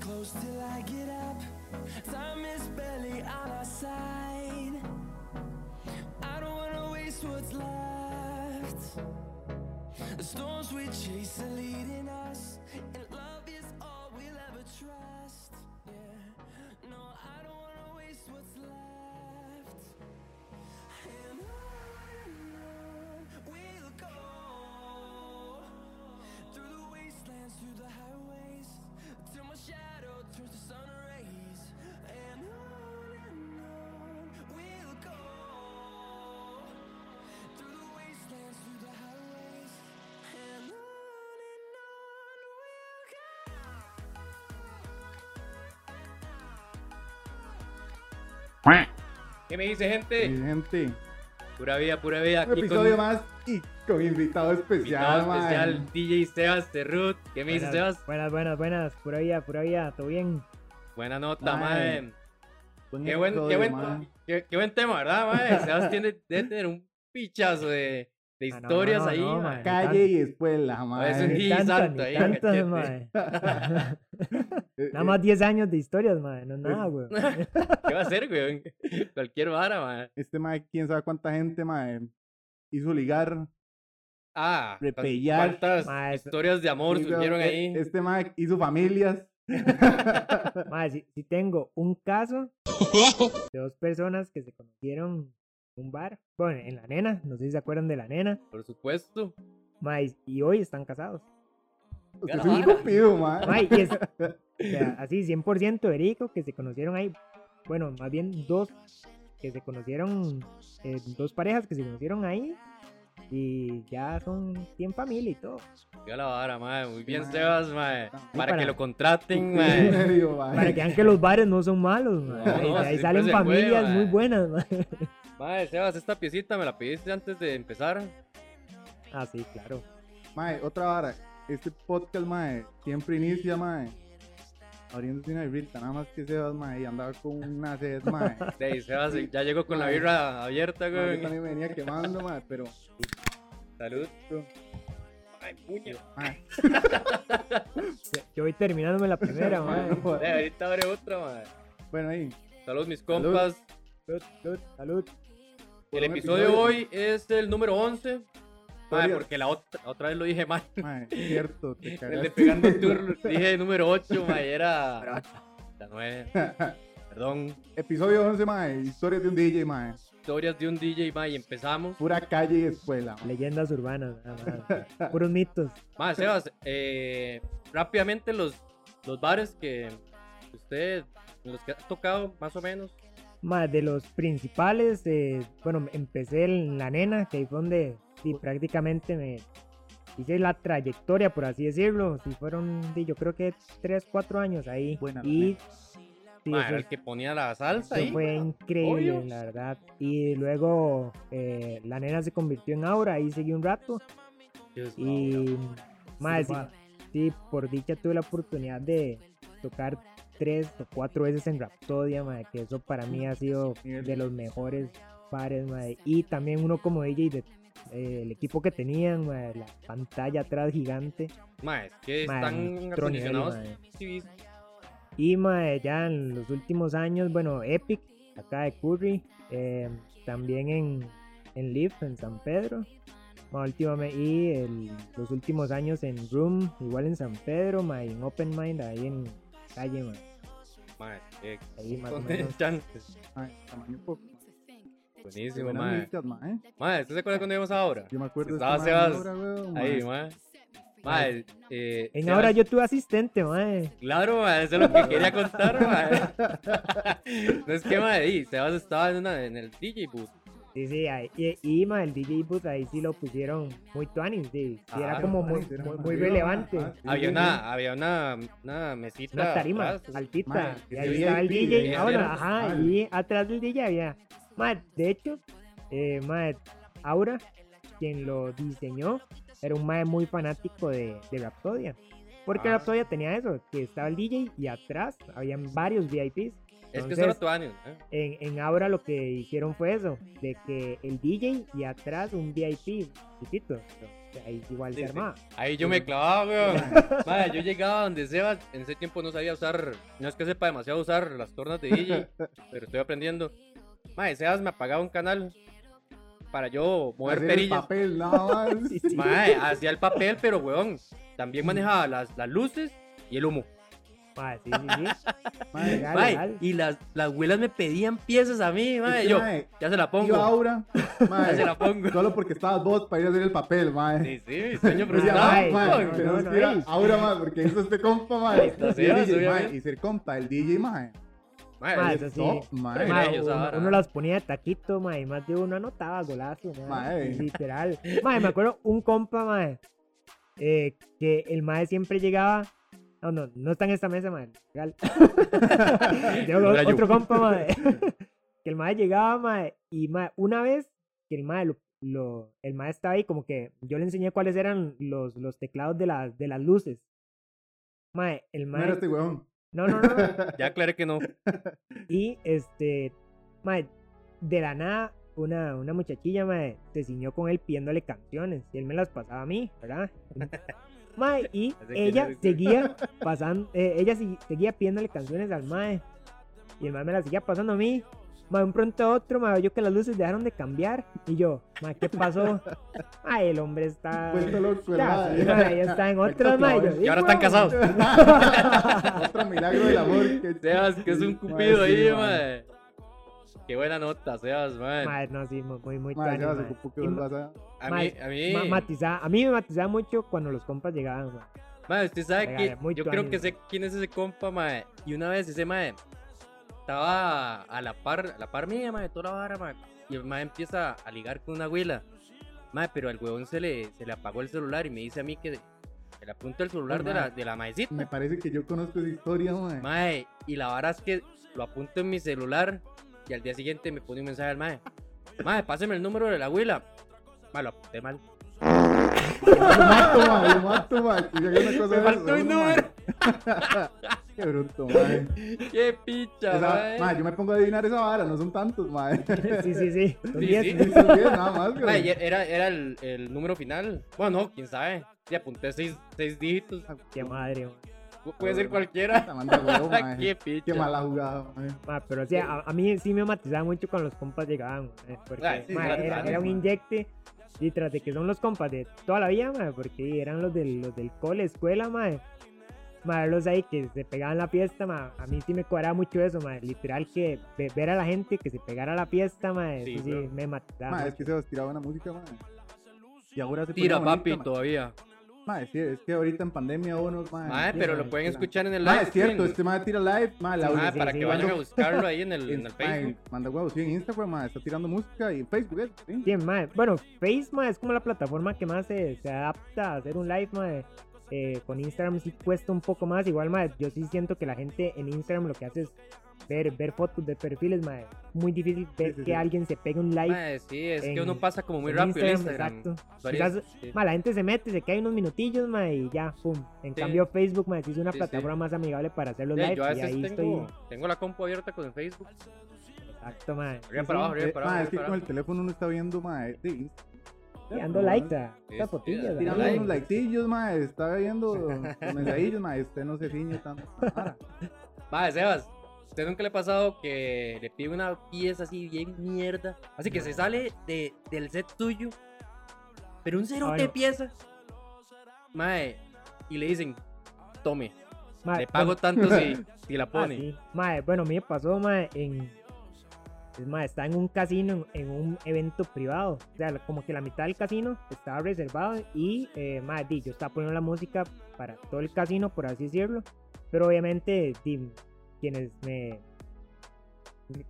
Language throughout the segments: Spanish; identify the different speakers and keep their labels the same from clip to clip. Speaker 1: close till I get up. Time is barely on our side. I don't wanna waste what's left. The storms we chase are leading us, and love is all we'll ever trust. Yeah, no, I don't wanna waste what's left. And on we'll go through the wastelands, through the highways, till my shadow turns to sun rays. And on and on we'll go through the wastelands, through the highways, and on and on we'll
Speaker 2: ¿Qué me dice, gente?
Speaker 3: Sí, gente.
Speaker 2: Pura vida, pura vida.
Speaker 3: Un
Speaker 2: Aquí
Speaker 3: episodio
Speaker 2: Ah, con
Speaker 3: más y con invitado especial,
Speaker 2: invitado especial,
Speaker 3: man.
Speaker 2: DJ Sebas Terrut. ¿Qué me dice, Sebas?
Speaker 4: buenas, buenas, buenas. Pura vida, pura vida. ah, ¿Todo bien?
Speaker 2: Buena nota,
Speaker 3: Mae.
Speaker 2: madre.
Speaker 3: Buen
Speaker 2: Qué buen, qué,
Speaker 3: episodio,
Speaker 2: buen,
Speaker 3: man.
Speaker 2: qué, qué buen tema, ¿verdad, madre? Sebas tiene, debe tener un pichazo de, de
Speaker 4: Ah, no,
Speaker 2: historias
Speaker 4: no,
Speaker 2: ahí,
Speaker 4: no,
Speaker 2: mae.
Speaker 4: mae.
Speaker 3: Calle y escuela,
Speaker 2: es un
Speaker 3: man.
Speaker 2: día.
Speaker 4: Ni
Speaker 2: Y
Speaker 4: tantas,
Speaker 2: santo
Speaker 4: ni
Speaker 2: ahí,
Speaker 4: tantas,
Speaker 2: cachete.
Speaker 4: mae.
Speaker 3: Eh,
Speaker 4: Nada más 10 años de historias, mae. No es nada, güey.
Speaker 2: ¿Qué va a hacer, güey? Cualquier vara, madre.
Speaker 3: Este mae, quién sabe cuánta gente, man, hizo ligar.
Speaker 2: Ah, tan-
Speaker 3: Repellar.
Speaker 2: ¿cuántas
Speaker 4: Mae, eso-
Speaker 2: historias de amor
Speaker 3: Hizo-
Speaker 2: surgieron
Speaker 3: e-
Speaker 2: ahí?
Speaker 3: Este mae hizo familias.
Speaker 4: Mae, si, si tengo un caso de dos personas que se conocieron en un bar. Bueno, en la nena. No sé si se acuerdan de la nena.
Speaker 2: Por supuesto.
Speaker 4: Mae, y hoy están casados.
Speaker 3: Usted es
Speaker 2: Claro.
Speaker 3: un cupido, man.
Speaker 4: Mae, y es, o sea, así 100% Erico que se conocieron ahí. Bueno, más bien dos que se conocieron, eh, dos parejas que se conocieron ahí y ya son 100 familia y todo.
Speaker 2: Ya la vara, madre. Muy bien,
Speaker 3: mae.
Speaker 2: Sebas, madre.
Speaker 3: Ah.
Speaker 2: Para,
Speaker 4: para-
Speaker 2: que lo contraten,
Speaker 3: En
Speaker 2: madre.
Speaker 3: serio, mae.
Speaker 4: Para que vean que los bares no son malos, mae.
Speaker 2: No,
Speaker 4: Ahí-
Speaker 2: no,
Speaker 4: ahí
Speaker 2: siempre
Speaker 4: salen
Speaker 2: se puede,
Speaker 4: familias
Speaker 2: mae.
Speaker 4: muy buenas. mae.
Speaker 2: Madre, Sebas, esta piecita me la pediste antes de empezar.
Speaker 4: Ah, sí, claro.
Speaker 3: Mae, otra vara. Este podcast, mae, siempre inicia, mae. Abriéndose una birrita, nada más que Sebas, mae, y andaba con una sed, mae.
Speaker 2: De ahí, Sebas,
Speaker 3: Sí.
Speaker 2: ya llegó con la
Speaker 3: Mae.
Speaker 2: birra abierta,
Speaker 3: Mae,
Speaker 2: güey.
Speaker 3: Yo también me venía quemando, mae, pero.
Speaker 2: Salud. Ay, puño.
Speaker 3: mae,
Speaker 4: Yo- Yo voy terminándome la primera, mae.
Speaker 3: no jodas.
Speaker 2: Eh, ahorita abre otra, madre.
Speaker 3: Bueno, ahí.
Speaker 2: Salud, mis compas.
Speaker 4: Salud, salud, salud.
Speaker 2: El
Speaker 3: un
Speaker 2: episodio
Speaker 3: episodio.
Speaker 2: hoy es el número 11. Madre,
Speaker 3: Historias.
Speaker 2: porque la otra, la otra vez lo dije mal.
Speaker 3: Mae, cierto,
Speaker 2: El
Speaker 3: te
Speaker 2: de
Speaker 3: cagaste.
Speaker 2: pegando tour, dije número 8, madre. Era la 9. Perdón.
Speaker 3: Episodio 11, mae. Historias de un DJ, mae.
Speaker 2: Historias de un DJ, madre. Y empezamos.
Speaker 3: Pura calle y escuela. mae.
Speaker 4: Leyendas urbanas, nada más. Puros mitos.
Speaker 2: Más, Sebas, eh, rápidamente los, los bares que usted, los que ha tocado, más o menos.
Speaker 4: Más de los principales, eh, bueno, empecé en La Nena, que ahí fue donde sí, prácticamente me hice la trayectoria, por así decirlo. Sí, fueron, sí, yo creo que 3, 4 años ahí.
Speaker 3: Buena La
Speaker 4: y sí,
Speaker 2: Ma,
Speaker 4: eso-
Speaker 2: era el que ponía la salsa
Speaker 4: eso
Speaker 2: ahí.
Speaker 4: fue increíble,
Speaker 2: obvio.
Speaker 4: la verdad. Y luego eh, La Nena se convirtió en Aura, ahí seguí un rato.
Speaker 2: Dios,
Speaker 4: Y más, sí,
Speaker 3: va.
Speaker 4: sí, por dicha tuve la oportunidad de tocar tres o cuatro veces en Raptodia, mae, que eso para mí ha sido
Speaker 3: Nivel.
Speaker 4: de los mejores pares, mae. Y también uno como DJ de eh, el equipo que tenían, mae, la pantalla atrás gigante.
Speaker 2: ma, es que
Speaker 4: ma,
Speaker 2: están
Speaker 4: otro nivel,
Speaker 2: acondicionados.
Speaker 4: ma.
Speaker 2: Sí,
Speaker 4: Y mae, ya en los últimos años, bueno, Epic, acá de Curry, eh, también en, en Leaf, en San Pedro. Ma, últimamente, y el- los últimos años en Room, igual en San Pedro, ma, y en Open Mind, ahí en calle, ma,
Speaker 2: ma, es que
Speaker 4: ahí más o
Speaker 2: eh, con
Speaker 4: menos.
Speaker 2: chances.
Speaker 3: Mae, tamaño poco. Qué
Speaker 2: Buenísimo,
Speaker 3: buenas
Speaker 2: ma.
Speaker 3: listas, mae.
Speaker 2: Ma, ¿usted se acuerda cuando íbamos ahora?
Speaker 3: Yo me acuerdo de
Speaker 2: Estaba
Speaker 3: esta mae
Speaker 2: Sebas
Speaker 3: ahora, weón, mae.
Speaker 2: Ahí, ma. Ma, el- eh,
Speaker 4: En
Speaker 2: Sebas-
Speaker 4: ahora yo tuve asistente, eh. mae.
Speaker 2: Claro, ma, eso es lo que quería contar, ma. no es que, ma, ahí, Sebas estaba en, una- en el DJ booth.
Speaker 4: Sí, sí, ahí- y, y, ma, el DJ Booth ahí sí lo pusieron muy tuanis, sí, sí,
Speaker 2: Ah,
Speaker 4: era como
Speaker 3: mae,
Speaker 4: muy,
Speaker 3: era
Speaker 4: muy,
Speaker 3: mae.
Speaker 4: muy
Speaker 3: Sí,
Speaker 4: relevante.
Speaker 3: mae, sí,
Speaker 2: Había
Speaker 3: sí,
Speaker 2: una, había una, una mesita.
Speaker 4: una tarima
Speaker 2: atrás,
Speaker 4: altita.
Speaker 3: Mae,
Speaker 4: y
Speaker 3: ese
Speaker 4: ahí estaba el
Speaker 3: VIP,
Speaker 4: DJ.
Speaker 2: ahí había-
Speaker 4: Ahora, ajá,
Speaker 3: ah.
Speaker 4: y atrás del DJ había. Mae, de hecho, eh, mae, Aura, quien lo diseñó, era un mae muy fanático de, de Rapsodia. Porque
Speaker 2: Ah.
Speaker 4: Rapsodia tenía eso, que estaba el DJ y atrás habían varios VIPs.
Speaker 2: es que
Speaker 4: Entonces,
Speaker 2: eso era tu año. ¿eh?
Speaker 4: en, en Aura lo que hicieron fue eso, de que el DJ y atrás un VIP chiquito. o sea, ahí igual
Speaker 2: Sí,
Speaker 4: se
Speaker 2: sí.
Speaker 4: armaba.
Speaker 2: Ahí yo me clavaba, weón. Madre, yo llegaba donde Sebas, en ese tiempo no sabía usar, no es que sepa demasiado usar las tornas de DJ, pero estoy aprendiendo. Madre, Sebas me apagaba un canal para yo mover
Speaker 3: Hacer el
Speaker 2: perillas.
Speaker 3: papel, nada más.
Speaker 4: Sí, sí.
Speaker 2: Mae, hacía el papel, pero weón, también manejaba las, las luces y el humo.
Speaker 4: Mae, sí, sí, sí.
Speaker 3: Mae,
Speaker 4: Legal,
Speaker 2: Mae,
Speaker 4: legal.
Speaker 2: y las, las abuelas me pedían piezas a mí, mae,
Speaker 3: Es que,
Speaker 2: yo,
Speaker 3: mae,
Speaker 2: ya se la
Speaker 3: Tío
Speaker 2: pongo,
Speaker 3: Aura,
Speaker 2: ya
Speaker 3: mae,
Speaker 2: se la pongo.
Speaker 3: solo porque estabas vos para ir a hacer el papel, mae.
Speaker 2: Sí, sí, mi sueño
Speaker 3: Pero ya,
Speaker 2: frustrado,
Speaker 4: mae,
Speaker 3: mae,
Speaker 2: weón.
Speaker 4: no,
Speaker 3: tenemos
Speaker 4: no,
Speaker 3: que ir a
Speaker 4: no,
Speaker 3: Aura, mae, porque hizo este compa, mae.
Speaker 2: Está
Speaker 3: Y, el
Speaker 2: Sebas,
Speaker 3: DJ, mae,
Speaker 2: obviamente.
Speaker 3: y ser compa, el DJ, mae.
Speaker 2: Mae,
Speaker 4: Mae,
Speaker 2: es-
Speaker 4: Ah, eso sí.
Speaker 3: Top, mae.
Speaker 4: Mae,
Speaker 2: ellos
Speaker 4: uno,
Speaker 2: ahora.
Speaker 4: uno las ponía de taquito, mae, y más de uno anotaba golazo, mae,
Speaker 3: Mae.
Speaker 4: literal. Mae, me acuerdo un compa, mae, eh, que el mae siempre llegaba. No, no, no está en esta mesa, mae. legal. Yo,
Speaker 2: Era yo.
Speaker 4: otro compa, mae. que el mae llegaba, mae, y mae, una vez que el mae lo, lo- el mae estaba ahí, como que yo le enseñé cuáles eran los, los teclados de, las de las luces. Mae, el
Speaker 3: No era
Speaker 4: mae.
Speaker 3: este weón.
Speaker 4: No, no, no, no.
Speaker 2: ya aclaré que no.
Speaker 4: Y este, mae, de la nada, una, una muchachilla, mae, se ciñó con él pidiéndole canciones. Y él me las pasaba a mí, ¿verdad? Mae, y
Speaker 2: Así que
Speaker 4: ella
Speaker 2: no-
Speaker 4: seguía pasando, eh, ella si- seguía pidiéndole canciones al mae. Y el mae me las seguía pasando a mí. Mae, un pronto a otro, mae, yo que las luces dejaron de cambiar. Y yo, mae, ¿qué pasó? Ay, el hombre está.
Speaker 3: Cuento loco,
Speaker 4: Ya,
Speaker 3: ¿verdad?
Speaker 4: sí, mae, ya está en otras, mae. yo,
Speaker 2: Y ahora
Speaker 4: "Hijo".
Speaker 2: están casados.
Speaker 3: Otro milagro del amor. que-
Speaker 2: Sebas, que es un
Speaker 3: Sí, mae,
Speaker 2: cupido
Speaker 3: sí,
Speaker 2: ahí,
Speaker 3: mae.
Speaker 2: mae. Qué buena nota, Sebas, mae.
Speaker 4: Mae, no, sí, muy,
Speaker 3: Mae,
Speaker 4: muy tuani,
Speaker 3: Sebas,
Speaker 4: mae.
Speaker 3: ocupó que
Speaker 4: Y-
Speaker 3: vuelvas a-
Speaker 2: A mí,
Speaker 4: mae,
Speaker 2: a mí.
Speaker 4: Ma- matizaba- a mí me matizaba mucho cuando los compas llegaban, ma.
Speaker 2: Mae, usted sabe
Speaker 4: Oiga,
Speaker 2: que
Speaker 4: es muy
Speaker 2: yo creo
Speaker 4: tuanis,
Speaker 2: que sé quién es ese compa, mae. Y una vez ese mae estaba a la par, a la par mía, mae, toda la vara, mae. Y el mae empieza a ligar con una abuela. Mae, pero al huevón se le, se le apagó el celular y me dice a mí que se le apunta el celular
Speaker 3: Ay,
Speaker 2: de, la,
Speaker 3: mae.
Speaker 2: de la maecita.
Speaker 3: Me parece que yo conozco esa historia, mae.
Speaker 2: Mae, y la vara es que lo apunto en mi celular y al día siguiente me pone un mensaje al mae. Mae, páseme el número de la abuela. Mae, lo apunté mal.
Speaker 3: Lo mato, mae, lo mato, mae. Si llega una cosa
Speaker 2: Me
Speaker 3: de
Speaker 2: faltó
Speaker 3: esas,
Speaker 2: un
Speaker 3: mae.
Speaker 2: número.
Speaker 3: Qué bruto, mae.
Speaker 2: Qué picha,
Speaker 3: Esa-
Speaker 2: mae.
Speaker 3: mae, yo me pongo a adivinar esa vara, no son tantos, mae.
Speaker 4: Sí, sí, sí. Son
Speaker 2: Sí,
Speaker 4: diez.
Speaker 2: sí.
Speaker 3: Sí, son diez, nada más, güey.
Speaker 2: Mae, y era, era el, el número final. Bueno, no, quién sabe. Si apunté seis, seis dígitos.
Speaker 4: Qué madre, ma.
Speaker 2: Pu- Puede ser cualquiera.
Speaker 3: Ah, Puta, manda huevo, mae.
Speaker 2: Qué
Speaker 3: Qué,
Speaker 2: picha.
Speaker 3: mala jugada, mae.
Speaker 4: Ma, pero o sea, a, a mí sí me matizaba mucho cuando los compas llegaban, ma, eh, Porque
Speaker 2: Ah, sí,
Speaker 4: ma,
Speaker 2: sí,
Speaker 4: era,
Speaker 2: claro,
Speaker 4: era un
Speaker 3: ma.
Speaker 4: inyecte. Y tras de que son los compas de toda la vida, ma, porque eran los del, los del cole, escuela, ma. eh. Ma, verlos ahí que se pegaban la fiesta, ma. A mí sí me cuadraba mucho eso, ma. Literal que ve- ver a la gente que se pegara a la fiesta, ma.
Speaker 2: Sí,
Speaker 4: Eso sí,
Speaker 2: bro.
Speaker 4: me matizaba.
Speaker 3: Mae,
Speaker 4: mucho.
Speaker 3: es que se os tiraba buena música, mae. Y ahora se
Speaker 2: Tira,
Speaker 3: pone bonita,
Speaker 2: papi,
Speaker 3: mae.
Speaker 2: todavía.
Speaker 3: Mae, sí, es que ahorita en pandemia unos, mae.
Speaker 2: Mae, pero lo
Speaker 4: mae,
Speaker 2: pueden
Speaker 3: tira.
Speaker 2: escuchar en el live.
Speaker 3: Mae, es cierto,
Speaker 2: stream.
Speaker 3: este mae tira live, mae, la
Speaker 2: Mae,
Speaker 4: sí,
Speaker 2: para
Speaker 4: sí,
Speaker 2: que
Speaker 4: bueno.
Speaker 2: vayan a buscarlo ahí en el, en el
Speaker 3: Mae,
Speaker 2: Facebook.
Speaker 3: manda huevos, sí, en Instagram, mae, está tirando música y en Facebook, ¿eh? Sí.
Speaker 4: Bien, mae. Bueno, Face, mae, es como la plataforma que más se, se adapta a hacer un live, mae. Eh, con Instagram sí cuesta un poco más. Igual, mae, yo sí siento que la gente en Instagram lo que hace es ver, ver fotos de perfiles, mae. Muy difícil ver
Speaker 3: sí,
Speaker 4: que
Speaker 3: sí.
Speaker 4: alguien se pegue un live.
Speaker 2: Mae, sí, es que
Speaker 4: en-
Speaker 2: uno pasa como muy
Speaker 4: en
Speaker 2: rápido en Instagram.
Speaker 4: Exacto.
Speaker 2: Varias-
Speaker 4: Quizás-
Speaker 2: sí.
Speaker 4: Mae, la gente se mete, se cae unos minutillos, mae, y ya, pum. En
Speaker 2: Sí.
Speaker 4: cambio, Facebook, mae, sí es una
Speaker 2: Sí, sí.
Speaker 4: plataforma más amigable para hacer los
Speaker 2: Sí,
Speaker 4: lives.
Speaker 2: Eh, yo a
Speaker 4: y
Speaker 2: veces
Speaker 4: ahí
Speaker 2: tengo,
Speaker 4: estoy.
Speaker 2: tengo la compu abierta con el Facebook.
Speaker 4: Exacto, mae.
Speaker 2: Arriba para
Speaker 4: Sí, sí.
Speaker 2: abajo, arriba
Speaker 3: Eh,
Speaker 2: para
Speaker 3: mae,
Speaker 2: abajo.
Speaker 3: es que
Speaker 2: arriba
Speaker 3: con
Speaker 2: para
Speaker 3: el teléfono uno está viendo, eh, mae, de Instagram.
Speaker 4: Sí, Dando likes a
Speaker 2: Sí,
Speaker 4: a
Speaker 2: sí,
Speaker 4: fotillas,
Speaker 2: dando
Speaker 4: ¿verdad?
Speaker 3: Tirando
Speaker 2: Like.
Speaker 3: unos likecillos, mae, está viendo los mensajillos, mae, usted no se ciñe tanto. Ah, Ahora,
Speaker 2: abajo. Mae, Sebas, ¿usted nunca le ha pasado que le pide una pieza así bien mierda? Así que se sale de, del set tuyo, pero un cero
Speaker 4: Ah,
Speaker 2: de
Speaker 4: no.
Speaker 2: pieza. Mae, y le dicen, tome,
Speaker 4: Mae,
Speaker 2: le pago
Speaker 4: cuando-
Speaker 2: tanto si, si la
Speaker 4: Ah,
Speaker 2: pone.
Speaker 4: sí. Mae, bueno, a mí me pasó, mae, en... Es más, estaba en un casino, en, en un evento privado. O sea, como que la mitad del casino estaba reservado y, eh, mae, di, yo estaba poniendo la música para todo el casino, por así decirlo. Pero obviamente, di, quienes me...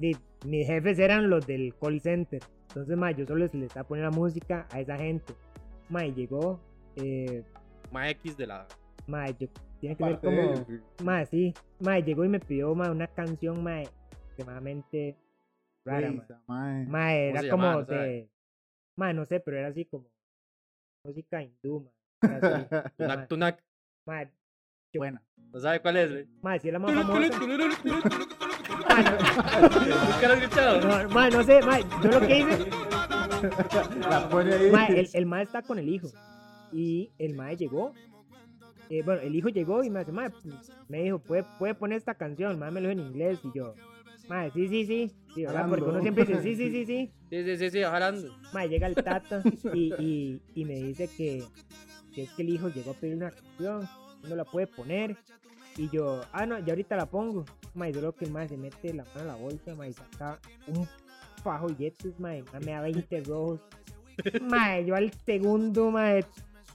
Speaker 4: di, mis jefes eran los del call center. Entonces, mae, yo solo les, les estaba poniendo la música a esa gente. Mae, llegó... Eh,
Speaker 2: Mae X de la...
Speaker 4: mae, yo- tiene que ser
Speaker 3: parte de
Speaker 4: como...
Speaker 3: ellos,
Speaker 4: Mae, sí. Mae, llegó y me pidió mae, una canción, mae, extremadamente rara, mae.
Speaker 3: Luisa, mae.
Speaker 4: Mae,
Speaker 2: ¿Cómo se
Speaker 4: era
Speaker 2: llamaba?
Speaker 4: como
Speaker 2: No sabe.
Speaker 4: de... Mae, no sé, pero era así como música hindú, mae. Era así,
Speaker 2: Tunak, tunak.
Speaker 4: mae,
Speaker 3: Buena.
Speaker 2: ¿No sabe cuál es? güey?
Speaker 4: mae, sí es la más famosa.
Speaker 2: ¿Nunca lo has escuchado?
Speaker 4: Ah, No, mae, no sé, mae, yo lo que hice,
Speaker 3: La pone ahí.
Speaker 4: mae, el, el mae está con el hijo. Y el mae llegó. eh, bueno, el hijo llegó y me dice, mae, pues, me dijo, ¿puede, puede poner esta canción? El mae me lo dijo en inglés y yo, mae, sí, sí, sí. sí ¿verdad? Porque uno siempre dice, sí, sí, sí, sí.
Speaker 2: Sí, sí, sí, sí, jalando.
Speaker 4: Mae, llega el tata y, y, y me dice que, que es que el hijo llegó a pedir una canción, no la puede poner. Y yo, ah, no, ya ahorita la pongo. Mae, yo creo que el mae se mete la mano a la bolsa, mae, y saca un fajo de yetis, mae, mae, me da 20 rojos. Mae, yo al segundo, mae,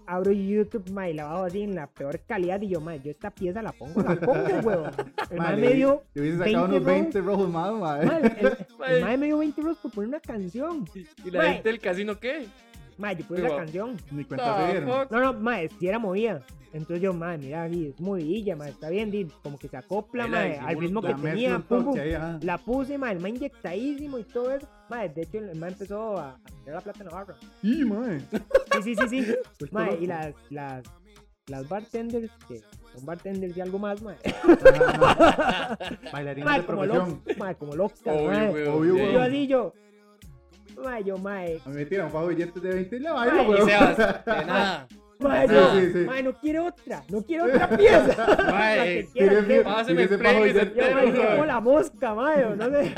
Speaker 4: abro YouTube, mae, la bajo así en la peor calidad. Y yo, mae, yo esta pieza la pongo, la pongo, huevón. El mae me dio
Speaker 3: Te hubiese sacado
Speaker 4: 20
Speaker 3: unos 20 rojos más, eh.
Speaker 4: mae,
Speaker 3: mae.
Speaker 4: el, el- el mae me dio 20 euros por poner una canción.
Speaker 2: ¿Y la
Speaker 4: Mae.
Speaker 2: gente del casino qué?
Speaker 4: Mae, yo puse
Speaker 2: Pero-
Speaker 4: la canción.
Speaker 3: Ni cuenta se dieron.
Speaker 2: Ah, Fuck.
Speaker 4: No, no, mae, si era movida. Entonces yo, mae, mira, di, es movidilla, mae, está bien, di, como que se acopla,
Speaker 2: Ahí la
Speaker 4: mae,
Speaker 2: disimulo,
Speaker 4: al ritmo que
Speaker 3: La mezcla
Speaker 4: tenía,
Speaker 3: un
Speaker 4: pum, pum.
Speaker 3: toque ahí, ajá.
Speaker 4: La puse, mae, el mae inyectadísimo y todo eso. Mae, de hecho, el mae empezó a a tirar la plata en la barra.
Speaker 3: Y,
Speaker 4: eh.
Speaker 3: mae.
Speaker 4: Sí, sí, sí, sí.
Speaker 3: Pues,
Speaker 4: mae,
Speaker 3: loco.
Speaker 4: y las, las, las bartenders, que son bartenders y algo más, mae.
Speaker 3: Ajá, mae. Bailarines de
Speaker 4: Mae, como locas,
Speaker 3: profesión.
Speaker 4: mae, como locas,
Speaker 2: Obvio,
Speaker 4: mae.
Speaker 2: weón.
Speaker 3: Obvio,
Speaker 2: sí.
Speaker 3: weón.
Speaker 4: Yo así, yo, mae, yo, mae,
Speaker 3: A mí me tiran un fajo de billetes de 20 y la
Speaker 4: Mae,
Speaker 3: bailo,
Speaker 2: Y
Speaker 3: weón.
Speaker 2: Sebas, de nada.
Speaker 4: mae,
Speaker 2: Sí,
Speaker 4: yo,
Speaker 3: Ah, sí, sí.
Speaker 4: mae, no quiere otra, no quiere otra pieza. La
Speaker 2: Mae,
Speaker 4: que
Speaker 2: eh,
Speaker 4: quiera,
Speaker 3: Tiene
Speaker 4: que-
Speaker 2: Páseme
Speaker 3: Tiene ese
Speaker 2: el
Speaker 3: fajo
Speaker 2: playlist
Speaker 3: ya-
Speaker 4: Yo
Speaker 2: entero,
Speaker 4: me hice como
Speaker 2: weón.
Speaker 4: la mosca, madre, no sé.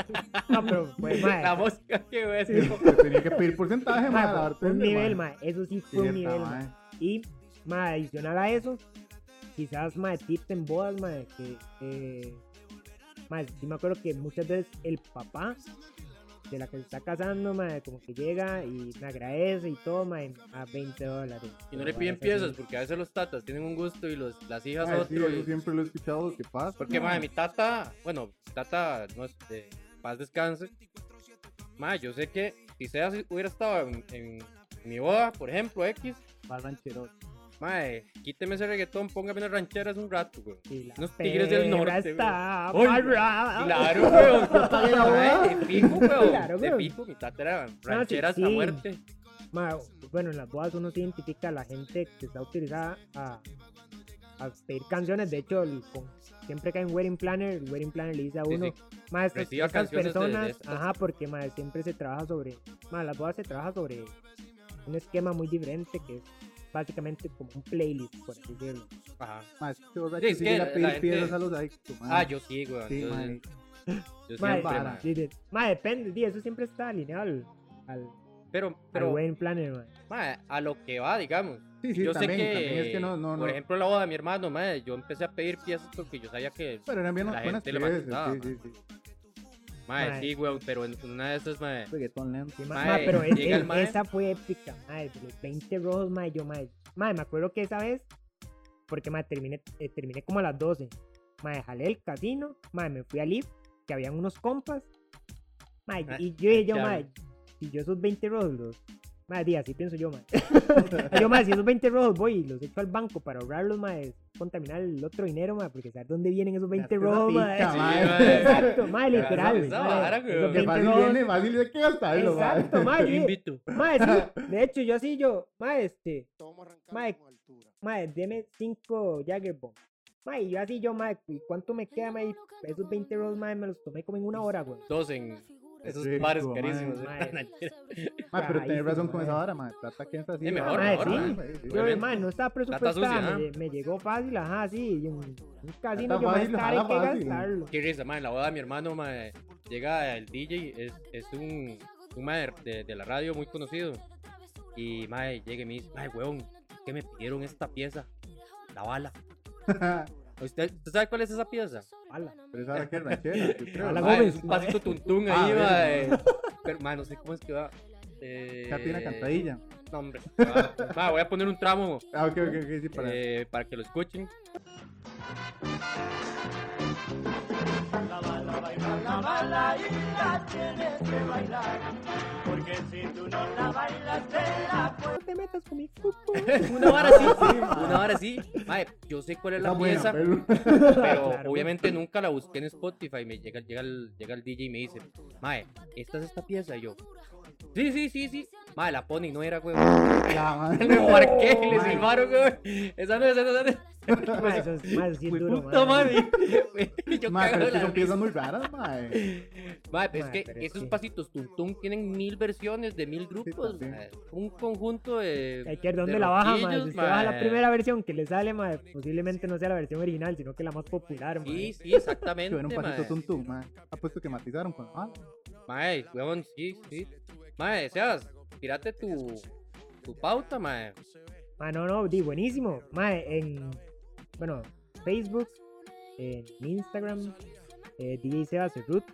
Speaker 4: No, pero pues, fue, madre.
Speaker 2: La mosca que voy a decir.
Speaker 3: Tenía que pedir porcentaje, mae. la
Speaker 4: fue pues, un
Speaker 3: bartender,
Speaker 4: nivel,
Speaker 3: mae.
Speaker 4: madre. Eso sí fue
Speaker 3: Cierta,
Speaker 4: un nivel,
Speaker 3: mae.
Speaker 4: madre. Y, madre, adicional a eso, quizás, madre, tips en bodas, madre, que... Eh, madre, sí me acuerdo que muchas veces el papá de la que se está casando, madre, como que llega y me agradece y todo, madre, a 20 dólares.
Speaker 2: Y no le
Speaker 4: Pero,
Speaker 2: piden
Speaker 4: madre, eso
Speaker 2: piezas, porque a veces los tatas tienen un gusto y los, las hijas
Speaker 3: Mae, sí,
Speaker 2: otro.
Speaker 3: eso
Speaker 2: y-
Speaker 3: siempre lo he escuchado que pasa.
Speaker 2: Porque,
Speaker 3: mae.
Speaker 2: madre, mi tata, bueno, tata, no es de paz descanse. Madre, yo sé que si Sebas hubiera estado en, en mi boda, por ejemplo, X,
Speaker 3: Más ranchero.
Speaker 2: madre, quíteme ese reggaetón, póngame unas rancheras un rato, güey.
Speaker 4: sí. Y la
Speaker 2: Unos tigres del
Speaker 4: perra
Speaker 2: norte,
Speaker 4: está
Speaker 2: güey. Ay,
Speaker 4: amarrada.
Speaker 2: Claro, weón.
Speaker 3: la boda.
Speaker 2: Madre, de pico, weón.
Speaker 4: Claro,
Speaker 2: de
Speaker 4: weón.
Speaker 2: pico, mi tata era rancheras a
Speaker 4: sí.
Speaker 2: muerte.
Speaker 4: Ma, bueno, en las bodas uno se identifica a la gente que está utilizada a, a pedir canciones. De hecho, el- con- siempre que hay un wedding planner, el wedding planner le dice a
Speaker 2: Sí,
Speaker 4: uno,
Speaker 2: sí.
Speaker 4: ma, estas,
Speaker 2: Reciba
Speaker 4: estas
Speaker 2: canciones de- de
Speaker 4: personas,
Speaker 2: estas".
Speaker 4: ajá, porque ma, siempre se trabaja sobre, ma, las bodas se trabaja sobre un esquema muy diferente que es básicamente como un playlist, por así decirlo.
Speaker 2: Ajá.
Speaker 3: Más que
Speaker 2: Sí,
Speaker 3: borracho
Speaker 2: es
Speaker 3: sí
Speaker 2: que
Speaker 3: llega a
Speaker 2: la
Speaker 3: pedir
Speaker 2: gente-
Speaker 3: piedras a los adictos, mae.
Speaker 2: Ah, yo sí, weón.
Speaker 3: Sí,
Speaker 2: yo,
Speaker 3: mae.
Speaker 2: yo
Speaker 4: Ma,
Speaker 2: siempre,
Speaker 3: vara.
Speaker 2: mae.
Speaker 4: sí, sí. Ma, depende, di, eso siempre está alineado al, al,
Speaker 2: Pero,
Speaker 4: al
Speaker 2: pero,
Speaker 4: wedding planner, ma.
Speaker 2: mae, a lo que va, digamos.
Speaker 3: Sí, sí,
Speaker 2: yo
Speaker 3: también,
Speaker 2: sé que,
Speaker 3: también es que no, no,
Speaker 2: por
Speaker 3: no.
Speaker 2: ejemplo, la boda de mi hermano, mae, yo empecé a pedir piezas porque yo sabía que,
Speaker 3: Pero eran bien
Speaker 2: la
Speaker 3: buenas
Speaker 2: gente le
Speaker 3: piezas,
Speaker 2: mataba,
Speaker 3: sí, sí, sí.
Speaker 2: mae,
Speaker 4: Mae.
Speaker 2: sí, weón, pero en una de esas, mae,
Speaker 3: Reggaetón lento.
Speaker 4: Sí, ma-
Speaker 2: Mae,
Speaker 4: ma, pero es-
Speaker 2: llega el
Speaker 4: es-
Speaker 2: mae.
Speaker 4: esa fue épica, mae, de los 20 rojos, mae, yo, mae, mae, me acuerdo que esa vez, porque, mae, terminé, eh, terminé como a las 12, mae, jalé el casino, mae, me fui al IF, que habían unos compas, mae,
Speaker 2: Ah,
Speaker 4: y yo dije, yo,
Speaker 2: ya.
Speaker 4: mae, si yo esos 20 rojos los, mae, di, así pienso yo, mae, yo, mae, si esos 20 rojos voy y los echo al banco para ahorrarlos, mae, es contaminar el otro dinero, mae, porque sabes dónde vienen esos 20
Speaker 3: Hasta la
Speaker 4: rojos,
Speaker 3: pica,
Speaker 2: Sí,
Speaker 4: mae,
Speaker 3: mae.
Speaker 2: mae.
Speaker 4: exacto, mae,
Speaker 2: Esa-
Speaker 4: literal,
Speaker 2: esa
Speaker 4: mae,
Speaker 2: vara,
Speaker 4: esos
Speaker 2: weón.
Speaker 3: Que
Speaker 4: 20
Speaker 3: fácil
Speaker 4: rojos,
Speaker 3: viene, fácil hay que gastarlo, mae.
Speaker 4: Exacto, mae,
Speaker 2: yo
Speaker 4: yo dije,
Speaker 2: invito.
Speaker 4: Mae, sí, de hecho, yo así, yo, mae, este, mae, mae, deme 5 Jagger Bomb. Mae, yo así, yo, mae, ¿y ¿cuánto me queda, mae? Esos 20 rolls, mae, me los tomé como en una hora, güey.
Speaker 2: Dos en esos
Speaker 3: Rico,
Speaker 2: bares
Speaker 3: mae.
Speaker 2: carísimos. eh.
Speaker 4: Mae.
Speaker 3: Mae, pero tenés
Speaker 4: Carísimo,
Speaker 3: razón con
Speaker 4: mae.
Speaker 3: esa vara, mae. Plata que entra así.
Speaker 2: Es
Speaker 3: mae.
Speaker 2: mejor,
Speaker 4: Mae, mejor, sí.
Speaker 3: sí.
Speaker 4: Yo,
Speaker 2: Obviamente.
Speaker 4: mae, no estaba
Speaker 2: sucia,
Speaker 4: presupuestada, me,
Speaker 2: ¿ah?
Speaker 4: me llegó fácil, ajá, sí, y en un casino,
Speaker 3: Plata
Speaker 4: yo, mae,
Speaker 3: fácil,
Speaker 4: estar hay que
Speaker 3: ojalá fácil.
Speaker 4: gastarlo.
Speaker 2: Qué risa, mae, en la boda de mi hermano, mae, llega el DJ, es, es un, un mae de, de la radio muy conocido. Y, mae, llega y me dice, mae, weón, ¿qué me pidieron esta pieza? La bala. ¿Usted, ¿usted sabe cuál es esa pieza?
Speaker 4: Ala.
Speaker 3: Pero esa vara que es ranchera, yo creo,
Speaker 4: A la
Speaker 3: mae.
Speaker 2: Mae,
Speaker 4: Gómez,
Speaker 2: es un
Speaker 4: mae.
Speaker 2: pasito tuntún
Speaker 3: Ah,
Speaker 2: ahí,
Speaker 3: verga,
Speaker 2: mae. Pero, mae, no sé cómo es que va. Eh,
Speaker 3: Ya tiene cantadilla.
Speaker 2: No, hombre. mae, mae, voy a poner un tramo
Speaker 3: Ah, ok, ok, ok, sí, para.
Speaker 2: eh, para que lo escuchen.
Speaker 5: La bala baila, la bala y la tienes que bailar. Porque si tú no la bailas, te la
Speaker 4: No te metas con mi cuco.
Speaker 3: Pues,
Speaker 2: Una hora sí, una hora sí. Mae, yo sé cuál es
Speaker 3: Está
Speaker 2: la
Speaker 3: buena,
Speaker 2: pieza.
Speaker 3: pero-
Speaker 2: Pero
Speaker 4: Claro.
Speaker 2: obviamente nunca la busqué en Spotify. Me llega, llega, el, llega el DJ y me dice, Mae, esta es esta pieza. Y yo, Sí, sí, sí, sí. Madre, la pony no era, güey.
Speaker 3: La madre.
Speaker 2: Me parqué y le
Speaker 4: Mae.
Speaker 2: silbaron, güey. Esa no es, esa no es.
Speaker 4: Mae, eso es- mae, eso sí es
Speaker 2: Fue
Speaker 4: duro,
Speaker 2: puta
Speaker 4: mae.
Speaker 2: madre. Yo
Speaker 3: Mae,
Speaker 2: cago en
Speaker 3: pero es
Speaker 2: la
Speaker 3: que son
Speaker 2: risa.
Speaker 3: piezas muy raras, mae.
Speaker 2: Mae, pero pues es
Speaker 4: Mae,
Speaker 2: que
Speaker 4: Ah, pero es
Speaker 2: esos
Speaker 4: que-
Speaker 2: pasitos tuntum tienen mil versiones de mil grupos.
Speaker 3: también.
Speaker 2: mae. Un conjunto de.
Speaker 4: Hay que ver dónde
Speaker 2: de
Speaker 4: la baja, mae.
Speaker 2: loquillos,
Speaker 4: Si usted baja la
Speaker 2: mae.
Speaker 4: primera versión que le sale, mae, posiblemente no sea la versión original, sino que la más popular, mae.
Speaker 2: Sí, sí, exactamente.
Speaker 3: Que era un pasito
Speaker 2: mae.
Speaker 3: tuntum, mae. Apuesto que matizaron con ah,
Speaker 2: Mae, weón, eh, sí, sí. Mae, Sebas, tirate tu, tu pauta, eh, mae.
Speaker 4: Mae, Ah, no, no, di, buenísimo. Mae, en, bueno, Facebook, en Instagram, eh, DJ Sebas Ruth.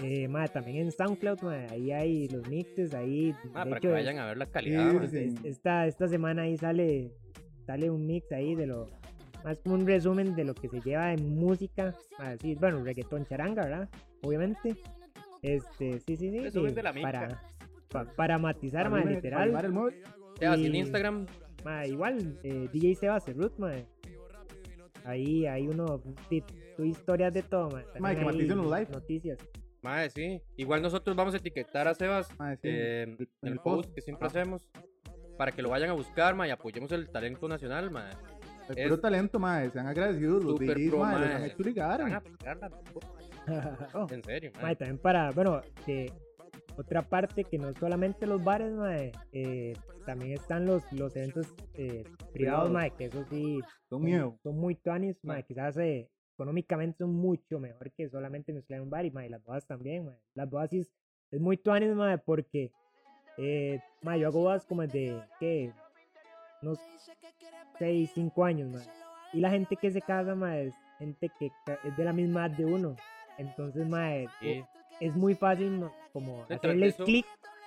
Speaker 4: Eh, mae, también en SoundCloud, mae, ahí hay los mixes, ahí.
Speaker 2: Mae,
Speaker 4: de
Speaker 2: Ah, para que
Speaker 4: hecho,
Speaker 2: vayan a ver la calidad,
Speaker 3: sí,
Speaker 2: mae.
Speaker 3: sí.
Speaker 4: es- esta, esta semana ahí sale, sale un mix ahí de lo... Más como un resumen de lo que se lleva en música, así, bueno, reggaetón charanga, ¿verdad? Obviamente. Este, sí, sí, sí.
Speaker 2: Resumen
Speaker 4: sí,
Speaker 2: de la mica.
Speaker 4: para, pa- para matizar,
Speaker 3: para
Speaker 4: mae,
Speaker 3: animar- para
Speaker 4: literal.
Speaker 3: animar el móvil.
Speaker 2: Sebas,
Speaker 4: Y-
Speaker 2: en Instagram,
Speaker 4: Ma, igual, eh, DJ Sebas Ruth, mae. Ahí hay uno, ti- tu historias de todo, mae. También
Speaker 3: Mae, que
Speaker 4: hay
Speaker 3: maticen los live.
Speaker 4: Noticias.
Speaker 2: mae, eh, sí. Igual nosotros vamos a etiquetar a Sebas
Speaker 3: Mae, sí.
Speaker 2: eh, en
Speaker 3: el-
Speaker 2: el
Speaker 3: el
Speaker 2: post
Speaker 3: post.
Speaker 2: que siempre
Speaker 3: Ah.
Speaker 2: hacemos para que lo vayan a buscar, mae, y apoyemos el talento nacional, mae.
Speaker 3: El
Speaker 2: es-
Speaker 3: puro talento, mae. Sean agradecidos los
Speaker 2: Super
Speaker 3: DJs,
Speaker 2: pro,
Speaker 3: mae. Los
Speaker 2: mae.
Speaker 3: han hecho
Speaker 2: Van a
Speaker 3: ligar.
Speaker 2: pegarla,
Speaker 3: Oh.
Speaker 2: en serio, mae.
Speaker 4: Mae, también para, bueno, que otra parte que no solamente los bares, mae, eh, también están los, los eventos eh, privados,
Speaker 3: Privados.
Speaker 4: mae, que eso sí,
Speaker 3: Son miedo.
Speaker 4: son muy tuanis,
Speaker 3: Mae.
Speaker 4: mae, quizás eh, económicamente son mucho mejor que solamente mezclar en un bar y, mae, las bodas también, mae. Las bodas sí es, es muy tuanis, mae, porque, eh, mae, yo hago bodas como de, ¿qué? Unos 6, 5 años, mae. Y la gente que se casa, mae, es gente que ca- es de la misma edad de uno. Entonces, mae,
Speaker 2: Sí.
Speaker 4: es muy fácil ma- como
Speaker 2: Detrás de
Speaker 4: hacerles
Speaker 2: eso,
Speaker 4: clic